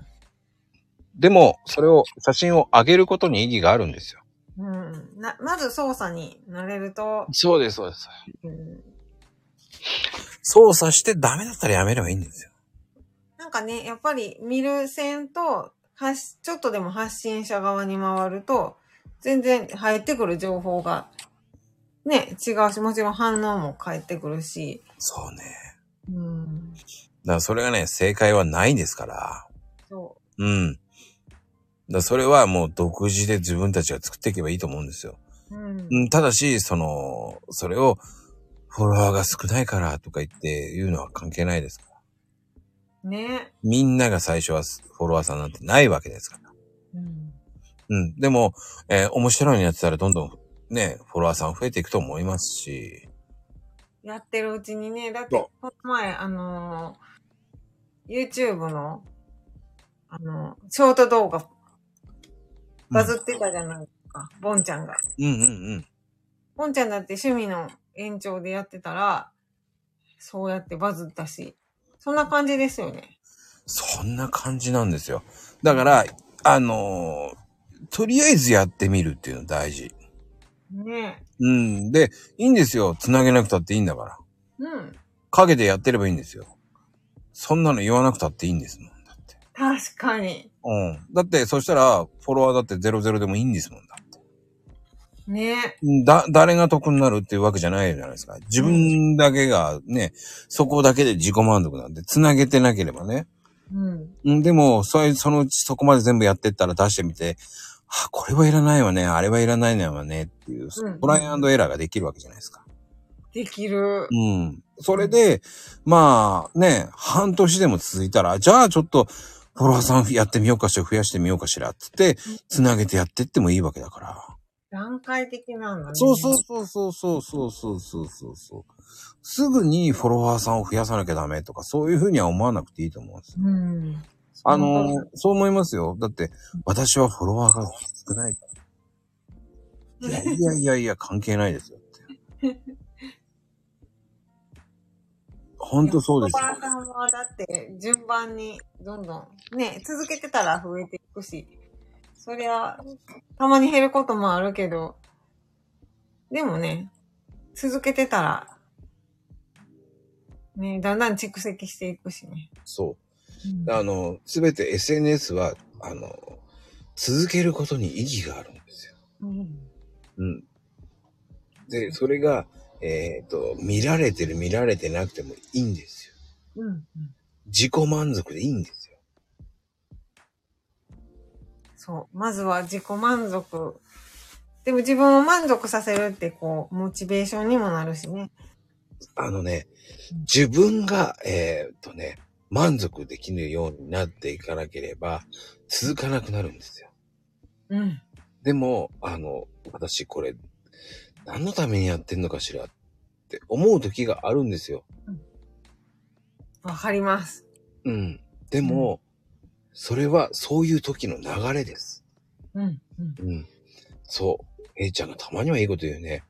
でも、それを、写真を上げることに意義があるんですよ。うん、なまず操作になれると、そうです、そうです。うん操作してダメだったらやめればいいんですよ。なんかね、やっぱり見る線と、発しちょっとでも発信者側に回ると、全然入ってくる情報が、ね、違うし、もちろん反応も返ってくるし、そうね。うん、だからそれがね、正解はないですから。そうん。だからそれはもう独自で自分たちが作っていけばいいと思うんですよ。う、うん、うん、ただし、その、それをフォロワーが少ないからとか言って言うのは関係ないですから。ね、みんなが最初はフォロワーさんなんてないわけですから。うん、うん。でも、えー面白いのやってたらどんどんね、フォロワーさん増えていくと思いますし。やってるうちにね、だって、そこの前、あのー YouTube の、あの、ショート動画、バズってたじゃないですか、ボンちゃんが。うんうんボンちゃんだって趣味の延長でやってたら、そうやってバズったし、そんな感じですよね。そんな感じなんですよ。だから、あのーとりあえずやってみるっていうの大事。ねうん。で、いいんですよ。繋げなくたっていいんだから。え。うん。影でやってればいいんですよ。そんなの言わなくたっていいんですもん。だって。確かに。うん。だって、そしたら、フォロワーだって00でもいいんですもんだって。ねえ。だ、誰が得になるっていうわけじゃないじゃないですか。自分だけがね、そこだけで自己満足なんで、繋げてなければね。うん。うん、でも、それ、そのうちそこまで全部やってったら出してみて、あ、これはいらないわね、あれはいらないわねっていう、んトライアンドエラーができるわけじゃないですか。できる。うん。それで、まあね、半年でも続いたら、じゃあちょっと、フォロワーさんやってみようかしら、増やしてみようかしら、つって、つなげてやってってもいいわけだから。段階的なんだね。そうそうそうそうそうそうそうそうそうすぐにフォロワーさんを増やさなきゃダメとか、そういうふうには思わなくていいと思うんですよ。うん。あの、そう思いますよ。だって、私はフォロワーが少ないから。いやいやいやいや、関係ないですよって。ほんとそうですおよ。ばあさんはだって順番にどんどんね、続けてたら増えていくし、そりゃ、たまに減ることもあるけど、でもね、続けてたら、ね、だんだん蓄積していくしね。そう。あの、すべて SNS は、あの、続けることに意義があるんですよ。うん。うん。で、それが、えっ、と、見られてる、見られてなくてもいいんですよ。うん。自己満足でいいんですよ。そう。まずは自己満足。でも自分を満足させるってこう、モチベーションにもなるしね。あのね、自分が、えっ、とね、満足できるようになっていかなければ、続かなくなるんですよ。うん。でも、あの、私これ、何のためにやってんのかしらって思う時があるんですよ。わかります。うん。でも、それはそういう時の流れです。うん。うん。うん。そう。えいちゃんがたまにはいいこと言うね。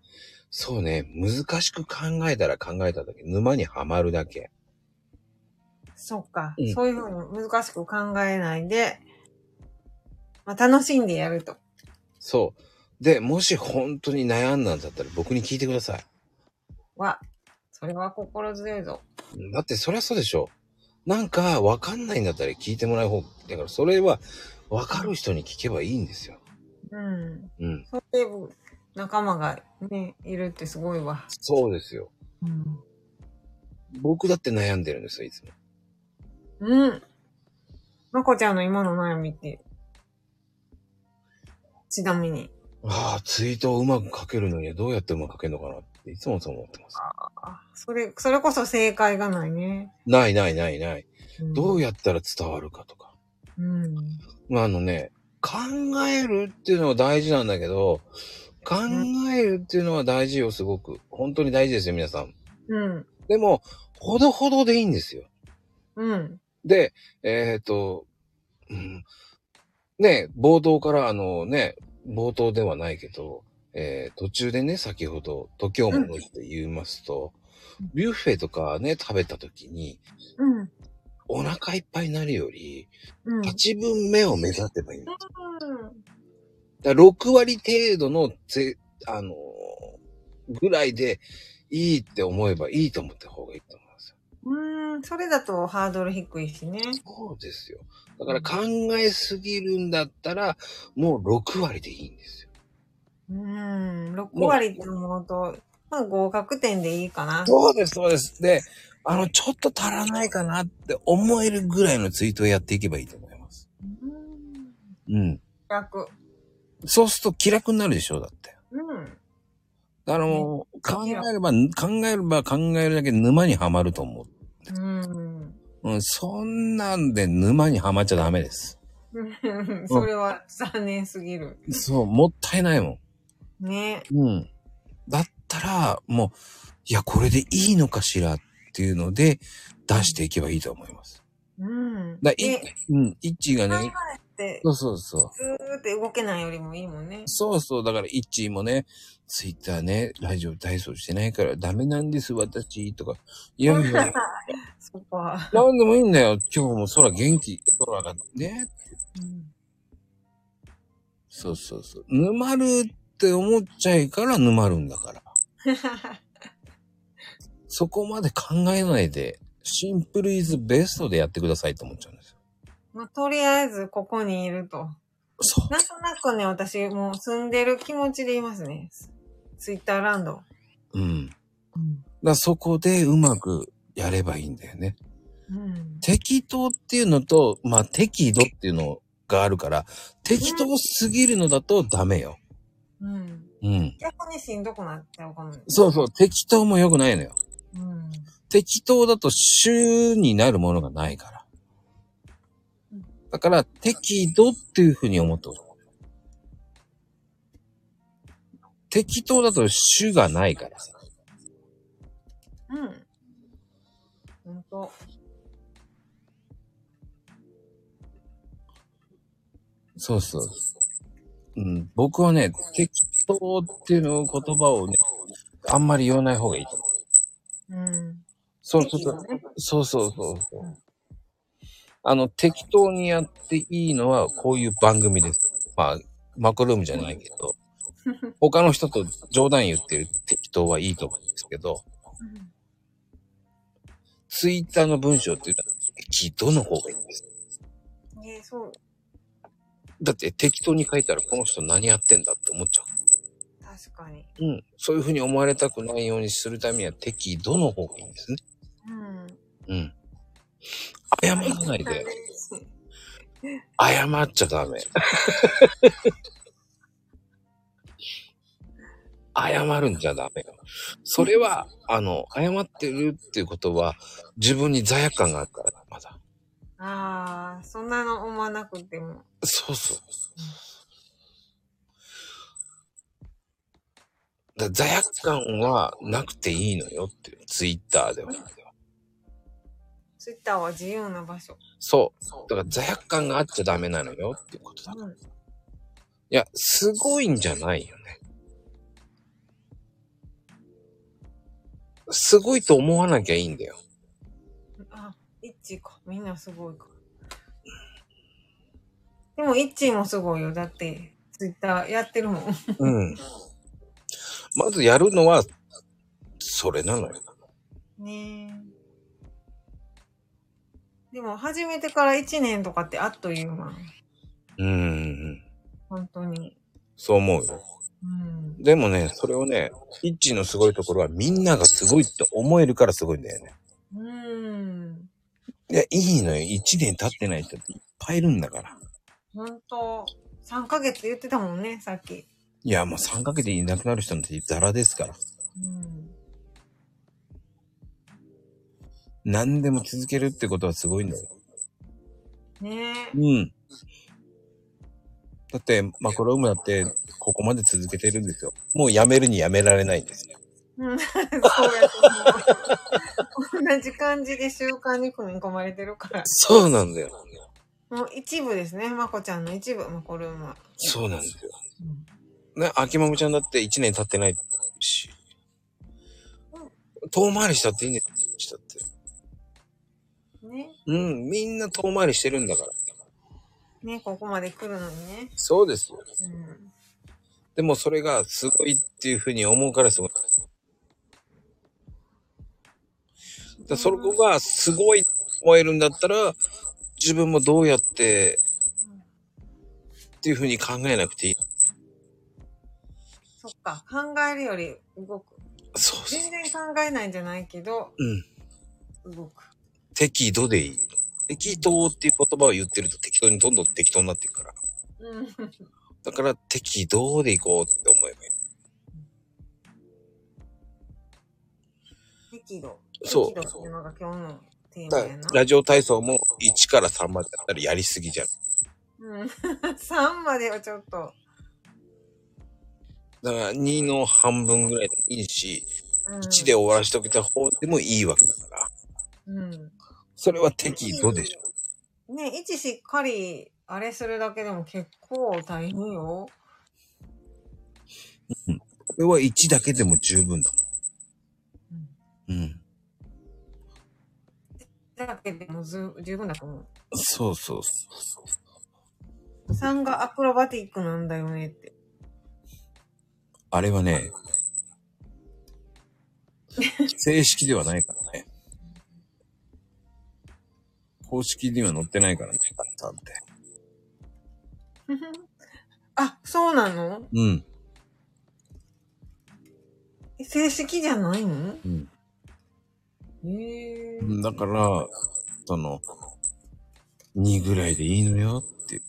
そうね。難しく考えたら考えただけ、沼にはまるだけ。そっか、うんそういうふうに難しく考えないで、まあ、楽しんでやると。そう。で、もし本当に悩んだんだったら僕に聞いてください。は、それは心強いぞ。だってそりゃそうでしょ。なんかわかんないんだったら聞いてもらう方。だからそれはわかる人に聞けばいいんですよ。うん。うん。そういう仲間がね、いるってすごいわ。そうですよ。うん。僕だって悩んでるんですよ、いつも。うん。まこちゃんの今の悩みって、ちなみに。ああ、ツイートをうまく書けるのにはどうやってうまく書けるのかなっていつもそう思ってます。あ、それ、それこそ正解がないね。ないないないない。どうや、やったら伝わるかとか。うん。まあ、あのね、考えるっていうのは大事なんだけど、考えるっていうのは大事よ、すごく。本当に大事ですよ、皆さん。うん。でも、ほどほどでいいんですよ。うん。で、えっ、と、うん、ね、冒頭から、あのね、冒頭ではないけど、えー途中でね、先ほど、時を戻して言いますと、ビュッフェとかね、食べた時に、うん。お腹いっぱいになるより、うん。 8分目を目指せばいいんですうんだから6割程度のぜ、あのーぐらいでいいって思えばいいと思った方がいいと思うんですよ。うーん、それだとハードル低いしね。そうですよ。だから考えすぎるんだったら、もう6割でいいんですよ。うーん、6割って思うと、まあ合格点でいいかな。そうです、そうです。で、あの、ちょっと足らないかなって思えるぐらいのツイートをやっていけばいいと思います。うーん、うん。楽。そうすると気楽になるでしょ、だって。うん。あのー、考えれば、考えれば考えるだけ沼にはまると思う。うん。うん、そんなんで沼にはまっちゃダメです。それは残念すぎる。そう、もったいないもね。ん。うん。だったら、もう、いや、これでいいのかしらっていうので、出していけばいいと思います。うん。だいで、うん、イッチーが考ね、えて、そうそうそう。ずーって動けないよりもいいもんね。そうそう、だからイッチーもね、ツイッターね、ラジオ体操してないからダメなんです、私、とか。いやい <laughs> や、 <laughs> そっか。なんでもいいんだよ。今日も空元気、空がね。うんそうそうそう。沼るって思っちゃいから沼るんだから。そこまで考えないで、シンプルイズベストでやってくださいって思っちゃうんですよ。まあ、とりあえずここにいると。そう。なんとなくね、私もう住んでる気持ちでいますね。ツツイッターランド。うん。だかうん。らそこでうまくやればいいんだよね。うん。適当っていうのと、まあ、適度っていうのがあるから、適当すぎるのだとダメよ。うん。うん。逆にしんどくなっちゃうかも。そうそう、適当も良くないのよ。うん。適当だと週になるものがないからうん。だから、適度っていうふうに思ってほしい。適当だと種がないからさ。うん。ほんと。そうそう。うん、僕はね、適当っていうの言葉をね、あんまり言わない方がいいと思う。うん。そうそうそう適度ね。。そうそうそうそううんあの、適当にやっていいのは、こういう番組です。まあ、マクルームじゃないけ <laughs> ど、他の人と冗談言ってる適当はいいと思うんですけど、うんツイッターの文章って言ったら、適当の方がいいんです。ねそう。だって適当に書いたら、この人何やってんだって思っちゃう。確かに。うん。そういうふうに思われたくないようにするためには、適度の方がいいんですね。うん。うん。謝らないで。謝っちゃダメ。謝るんじゃダメよ。それは、あの、謝ってるっていうことは、自分に罪悪感があるからだ、まだ。ああ、そんなの思わなくても。そうそう。だ罪悪感はなくていいのよっていう、ツイッターでは。ツイッターは自由な場所。そう。だから罪悪感があっちゃダメなのよっていうことだ。うん。いや、すごいんじゃないよね。すごいと思わなきゃいいんだよ。あ、イッチーか。みんなすごいか。でも、イッチーもすごいよ。だって、ツイッターやってるもん。うん。まずやるのは、それなのよ。ねえ。でも、始めてから1年とかってあっという間。うん。本当に。そう思うよ。うん。でもね、それをね、イッチーのすごいところはみんながすごいって思えるからすごいんだよね。うん。いや、いいのよ。一年経ってない人っていっぱいいるんだから。本当3ヶ月言ってたもんね、さっき。いや、もう3ヶ月でいなくなる人なんてザラですから。うん。何でも続けるってことはすごいんだよ。ねうえ。ん。だって、マクロームだって、ここまで続けてるんですよ。もうやめるにやめられないんですよ。うん、そうやと思う。 <laughs> 同じ感じで習慣に組み込まれてるから。そうなんだよ。もう一部ですね、まこちゃんの一部、まこルームは。そうなんですよ。ね、秋もみちゃんだって1年経ってないし。遠回りしたっていいんですよ。したって。ね。うん、みんな遠回りしてるんだから。ね、ここまで来るのにね。そうですよ。うん。でもそれがすごいっていうふうに思うからすごい。だそこがすごいって思えるんだったら、自分もどうやってっていうふうに考えなくていい。そっか、考えるより動く。そうそう。全然考えないんじゃないけど、うん。動く。適度でいい。適当っていう言葉を言ってると適当にどんどん適当になっていくから。うん。だから適度でいこうって思えばいい。適度。そう適度っていうのが今日のテーマだやな。ラジオ体操も1から3までだったらやりすぎじゃん。うん。3まではちょっと。だから2の半分ぐらいでいいし、うん、 1で終わらしとけた方でもいいわけだから。うん。それは適度でしょ。ね、位置しっかり、あれするだけでも結構大変よ。これは1だけでも十分だもん。うん。だけでもず十分だと思そうそうそうそう。う。3がアクロバティックなんだよね <laughs> って。あれは <laughs> ね、正式ではないからね。公式には載ってないからね、簡単って。あ、そうなのうん。正式じゃないのうんへえ。だから、その、2ぐらいでいいのよっていう。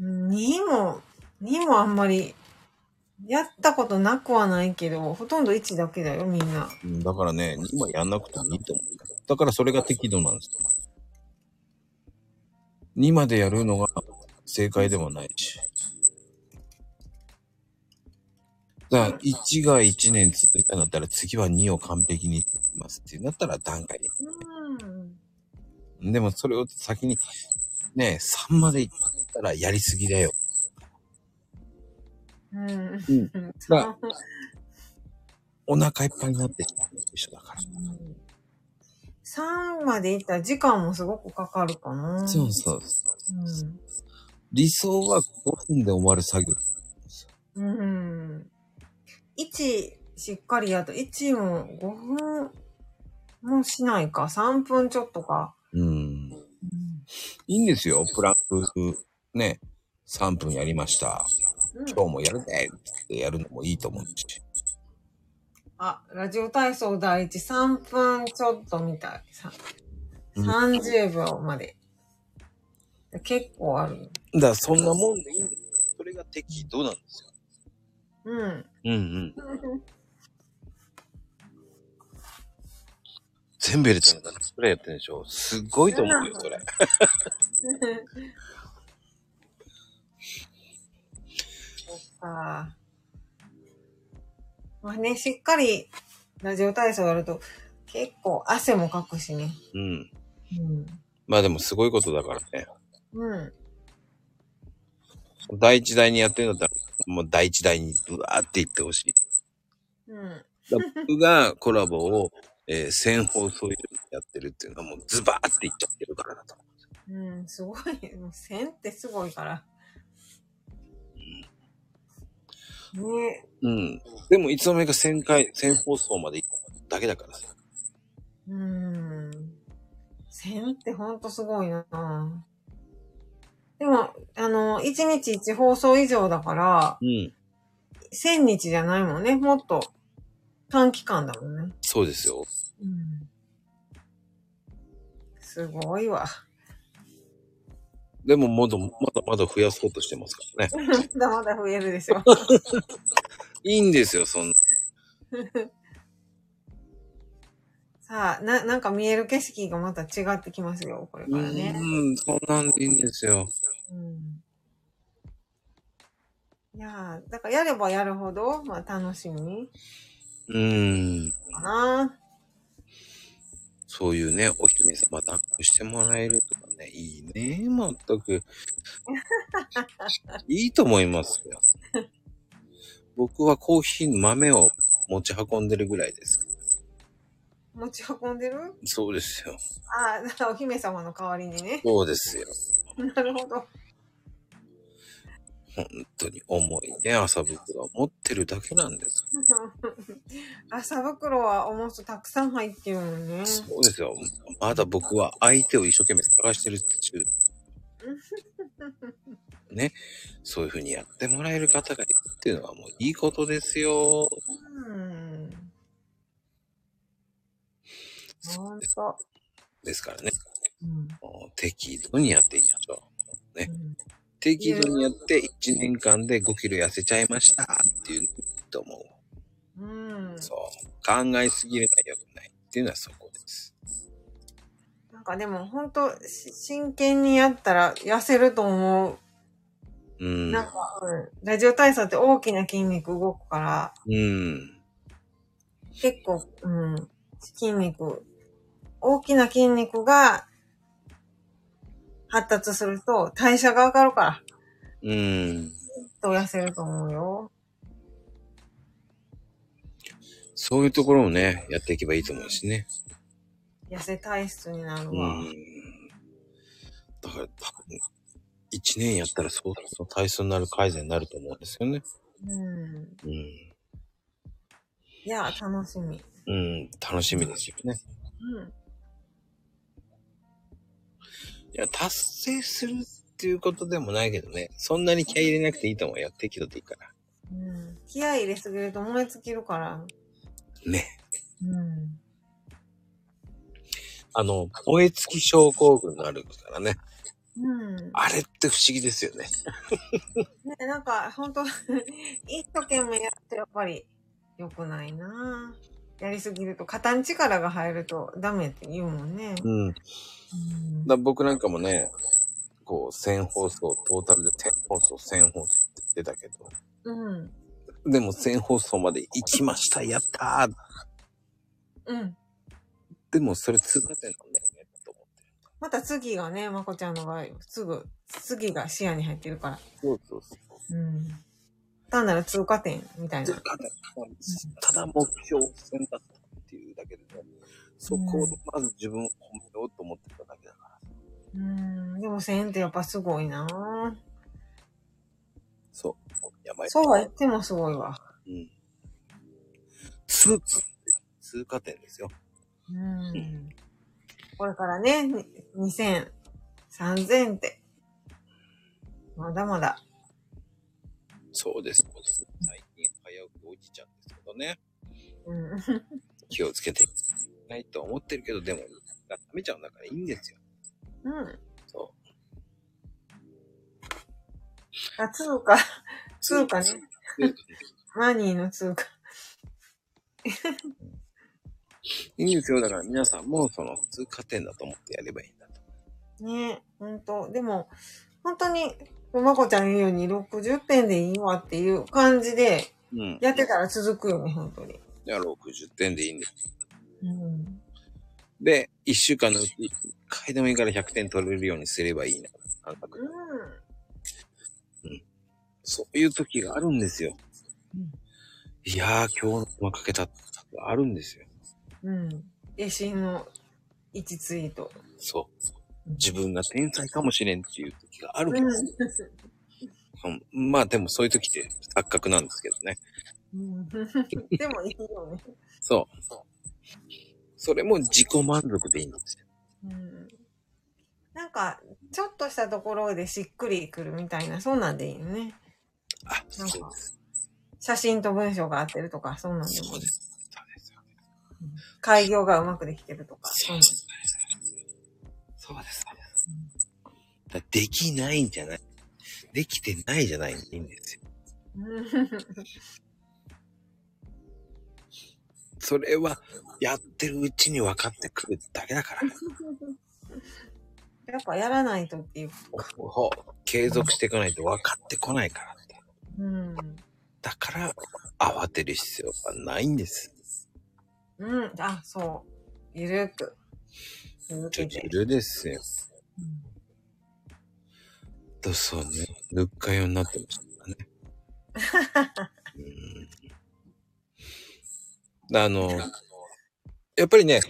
2も、2もあんまり、やったことなくはないけど、ほとんど1だけだよ、みんな。うんだからね、今やんなくてもいいと思う。だからそれが適度なんですよ。2までやるのが正解でもないし。だから1が1年続いたんだったら次は2を完璧にしていきますってなったら段階うん。に。でもそれを先に、ね、3までいったらやりすぎだよ。うん。うん <laughs> うん。だお腹いっぱいになってしまうのと一緒だから。 3までいったら時間もすごくかかるかな。そうそう。うん。理想は5分で終わる作業。うん。1しっかりやと、1も5分もしないか、3分ちょっとか。うん。いいんですよ。プランク、ね、3分やりました。うん今日もやるねってやるのもいいと思うし。あ、ラジオ体操第一3分ちょっとみたい。さうん30秒まで。結構ある。だからそんなもんでいいんですよ。それが適度なんですよ。うん。うんうん。全部入れたの何スプレーやってるでしょすごいと思うよ、それ。あまあね、しっかりラジオ体操やると結構汗もかくしね。うん。うん。まあでもすごいことだからね。うん。第一第にやってるんだったら、もう第一第にブワーっていってほしい。うん。だから僕がコラボを、えー1000放送以上やってるっていうのはもうズバーっていっちゃってるからだと。うん、すごい。もう線ってすごいから。ねうん。でもいつの間にか1000回、1000放送まで行っただけだからさ。うん。線ってほんとすごいなでも、あの、1日1放送以上だから、うん。 1000日じゃないもんね。もっと短期間だもんね。そうですよ。うん。すごいわ。でもまだ、まだまだ増やそうとしてますからね。まだまだ増えるでしょ。いいんですよ、そんな。さあ、な、なんか見える景色がまた違ってきますよ、これからね。うん、そんなんでいいんですよ。うんいやーだからやればやるほど、まあ楽しみうん。かな。そういうね、お姫様抱っこしてもらえるとかね、いいね、まったく。いいと思いますよ。僕はコーヒーの豆を持ち運んでるぐらいです。持ち運んでるそうですよ。あ <laughs> あ、だからお姫様の代わりにね。 <laughs> そうですよ。なるほど。 <laughs> 本当に重いね、朝袋を持ってるだけなんです。朝袋は重さたくさん入ってるのね。そうですよ。まだ僕は相手を一生懸命探してる途中。ね、そういうふうにやってもらえる方がいるっていうのはもういいことですよ。うん。ほんと。ですからね、うんもう適度にやっていきましょう。うん適度にやって1年間で5キロ痩せちゃいましたっていうと思う。うん。そう。考えすぎれば良くないっていうのはそこです。なんかでも本当真剣にやったら痩せると思う。うん。なんか、うん、ラジオ体操って大きな筋肉動くから、うん。結構、うん、筋肉、大きな筋肉が発達すると代謝が上がるから、うん。きっと痩せると思うよ。そういうところもね、やっていけばいいと思うしね。痩せ体質になるうわ。ん。だから多分、一年やったらそうその体質になる改善になると思うんですよね。うん。うん。いや、楽しみ。うん、楽しみですよね。うん。いや、達成するっていうことでもないけどね。そんなに気合い入れなくていいと思う。やっていけどでいいから。うん、気合い入れすぎると燃え尽きるから。ね。うん。あの、燃え尽き症候群があるからね。うん。あれって不思議ですよね。ね、なんか、本当 <laughs> 一生懸命やるとやっぱり良くないなぁやりすぎると、肩に力が入るとダメって言うもんね。うん。うんだ僕なんかもね、こう、1000放送、トータルで1000放送、1000放送って言ってたけど、うん。でも1000放送まで行きました、やったーうん。でもそれ通過点なんだよね、と思って。また次がね、まこちゃんの場合、すぐ、次が視野に入ってるから。そうそうそう。うん。単なる通過点みたいたなだ。、ただ目標線だったっていうだけでね、そこをまず自分を褒めようと思ってただけだから。うん。でも1000ってやっぱすごいなぁそう。やばい。そうは言ってもすごいわ。うん。通過点、通過点ですよ。うん。これからね、に2000、3000って。まだまだ。そうです。そうです最近早く落ちちゃうんですけどね。うん。気をつけていかないと思ってるけど、でも、ダメちゃうんだからいいんですよ。うん。そあ、通貨。う。通貨ね。マニーの通貨。いいんですよ。だから皆さんもその通過点だと思ってやればいいんだと。ねほんと。でも、本当に、まこちゃん言うように60点でいいわっていう感じで、うん。やってたら続くよね、本当に。じゃあ60点でいいんです。うん。で、1週間のうち、1回でもいいから100点取れるようにすればいいな。感覚。そういう時があるんですよ。うんいやー、今日のかけたってあるんですよ。うん。うん。野心の1ツイート。そう。自分が天才かもしれんっていう時があるうけど、ん。うんまあでもそういう時って錯覚なんですけどね。うんでもいいよね。そう。それも自己満足でいいんですよ。うんなんか、ちょっとしたところでしっくりくるみたいな、そんなんでいいよね。あ、なんそうかです。、写真と文章が合ってるとか、そんなんでもそいういで。す。そうです。開業がうまくできてるとか。そうです。そうです。そうです。だからできないんじゃない。できてないじゃない。いいんですよ。うんそれは、やってるうちに分かってくるだけだから。やっぱやらないとっていう。ほう継続していかないと分かってこないからって。うん。だから、慌てる必要はないんです。うん。あ、そう。ゆるく。ゆるちょいくて。るですよ。とそうね、ぬっかようになってましたからね。うんあの、やっぱりね、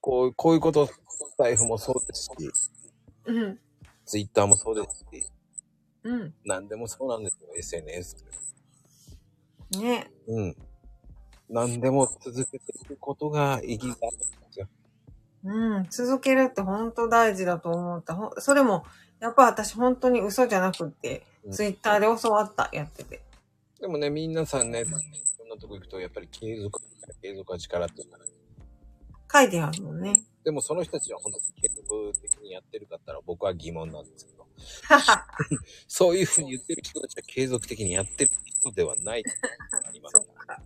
こうこういうこと、スタイフもそうですし、うん。ツイッターもそうですし、うん。何でもそうなんですよ、SNS。ね。うん。何でも続けていくことが意義があるんですよ。うん。続けるって本当大事だと思った。ほんそれも、やっぱ私本当に嘘じゃなくってう、んツイッターで教わった、やってて。でもね、皆さんね、いろんなとこ行くと、やっぱり継続、継続は力っていうから、書いてあるもんね。でもその人たちは本当に継続的にやってるかったら僕は疑問なんですけど、そういうふうに言ってる人たちは継続的にやってる人ではないっていうのがありますそかっか。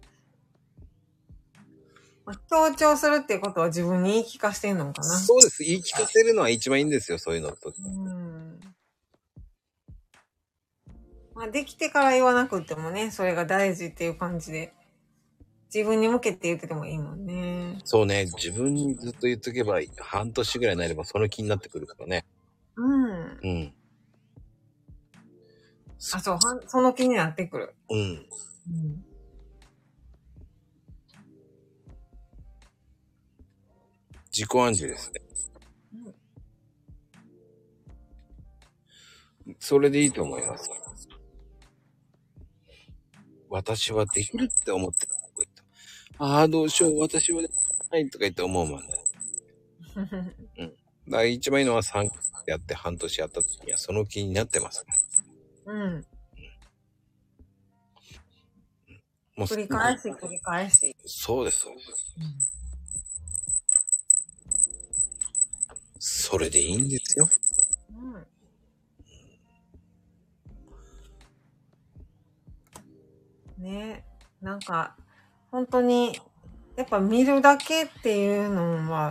<laughs> まあ強調するってことは自分に言い聞かせてんのかなら。。そうです。言い聞かせるのは一番いいんですよ、そういうのと。うん。まあ、まあ、できてから言わなくてもね、それが大事っていう感じで、自分に向けて言っててもいいもんね。そうね、自分にずっと言っとけば、半年ぐらいになればその気になってくるからね。うん。うん。あ、そう、はんその気になってくる。うん。うん。自己暗示ですね。それでいいと思います。私はできるって思ってた方がいいと。ああ、どうしよう、私はできないとか言って思うもんね。だから一番いいのは3やって半年やった時にはその気になってます。うん。もう繰り返し、繰り返し。そうです。そうですそれでいいんですよ。うん。ねなんか、本当に、やっぱ見るだけっていうのは、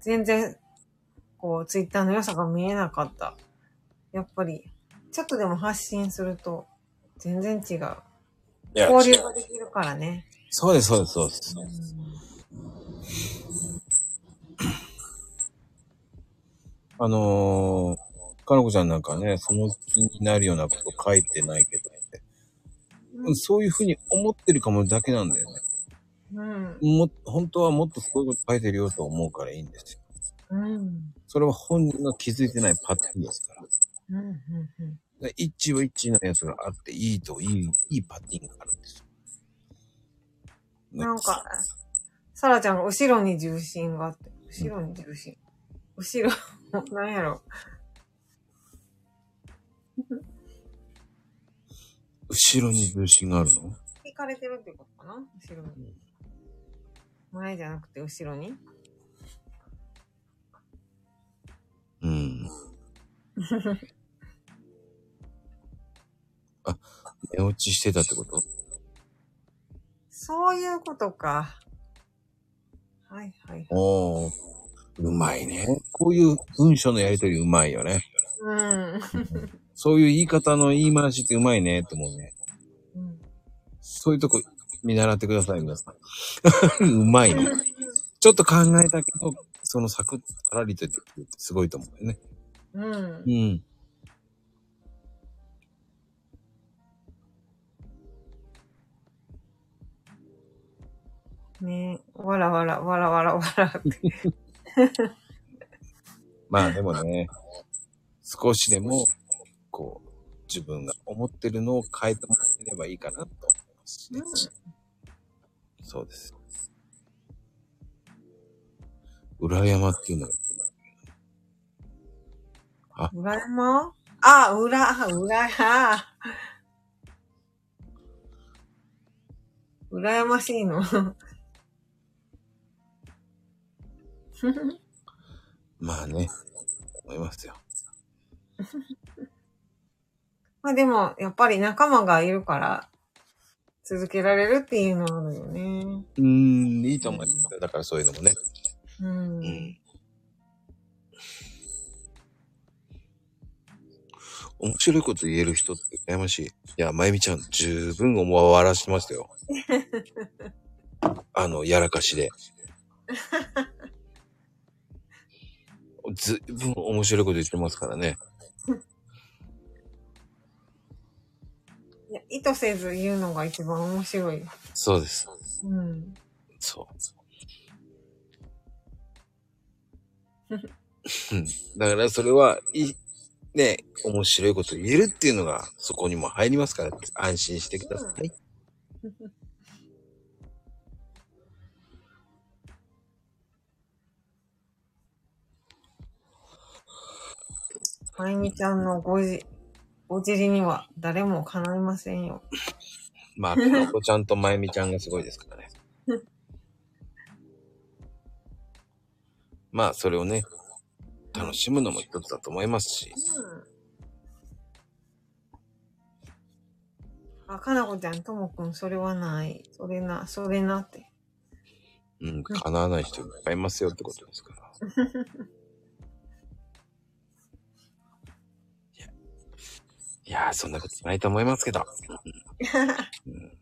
全然、こう、ツイッターの良さが見えなかった。やっぱり、ちょっとでも発信すると、全然違う。いや交流ができるからね。そうです、そうです、そうです。あのー、かのこちゃんなんかね、その気になるようなこと書いてないけどって、うんそういうふうに思ってるかもだけなんだよね。うん。も、本当はもっとすごいこと書いてるよと思うからいいんですよ。うん。それは本人が気づいてないパターンですから。うん。うん。で一は一のやつがあって、いいといい、いいパッティングがあるんですよ。なんか、サラちゃんが後ろに重心があって、後ろに重心。後ろ、なんやろ。後ろに重心があるの引かれてるってことかな後ろに。前じゃなくて後ろに。 <laughs> うん。あ、寝落ちしてたってことそういうことか。はいはい。おー、うまいね。こういう文章のやりとりうまいよね。うん。そういう言い方の言い回しってうまいねって思うね。うんそういうとこ見習ってください、皆さん。 <laughs> うまいね。ちょっと考えたけど、そのサクッとあらりと言ってくれてすごいと思うよね。うんう。ん。ねわらわら、わらわら、わらって。まあでもね、少しでも、こう、自分が思ってるのを変えてもらえればいいかなと思いますね。そうです。裏山っていうのが、裏山あ、裏、裏や。羨ましい <laughs> の。まあね、思いますよ。まあでも、やっぱり仲間がいるから、続けられるっていうのはあるよね。うーん、いいと思いますよ。だからそういうのもね。うん。うん。面白いこと言える人って羨ましい。いや、まゆみちゃん、十分思わらしてましたよ。あの、やらかしで。ずいぶん面白いこと言ってますからね。いや意図せず言うのが一番面白い。そうです。うん。そう。うんだからそれは、い、ね、面白いこと言えるっていうのが、そこにも入りますから、安心してください。まゆみちゃんのごじ、ごじりには誰も叶いませんよ。まあ、 <laughs> かのこちゃんとまゆみちゃんがすごいですからね。まあ、それをね、楽しむのも一つだと思いますし。あ、かなこちゃん、ともくん、それはない。それな、それなって。うん、叶わない人いっぱいいますよってことですから。い <laughs> やいやー、そんなことないと思いますけど。うん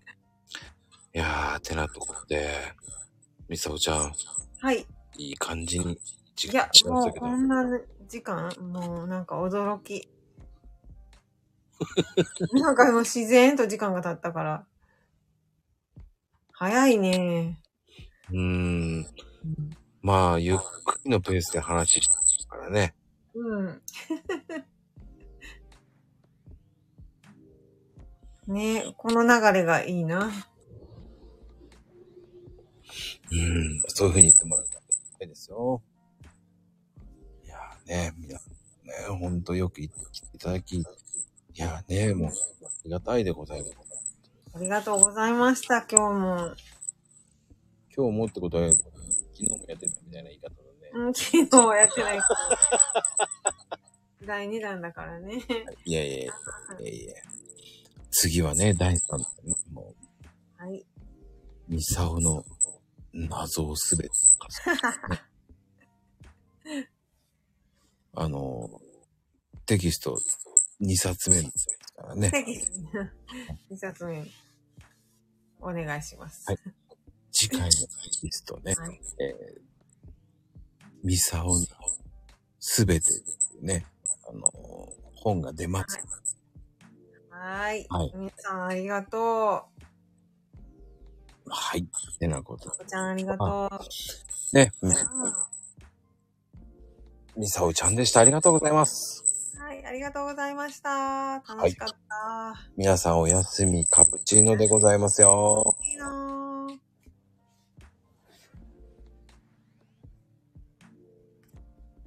いやー、てなところで、みさおちゃん、はい。いい感じに、ちいやち、ましもたうけどこ。んな時間、もうなんか驚き。 <laughs> なんかもう自然と時間が経ったから。早いね。うーん。まあ、ゆっくりのペースで話してるからね。うん。 <laughs> ねえこの流れがいいな。うん。そういうふうに言ってもらったらいいですよ。いやーね、皆さんね、ほんとよく言っていただき、いやーね、もう、ありがたいでございます。ありがとうございました、今日も。今日もってことは、昨日もやってたみたいな言い方だね。うん、昨日はやってないけど。第2弾だからね。いやいやいやいやいや。次はね、第3弾。もう、はい。ミサオの謎をすべて語る、 <laughs> あの、テキスト2冊目ですからね。テキスト2冊目。お願いします。はい次回のテキストね。はいえーミサオのすべてっていうね、あの、本が出ます。はーい。はい皆さんありがとはい。てなことう。おちゃんありがとう。ね。うんはみさおちゃんでした。ありがとうございます。い、ありがとうございました。楽しかった。皆さんおやすみ、カプチーノでございますよ。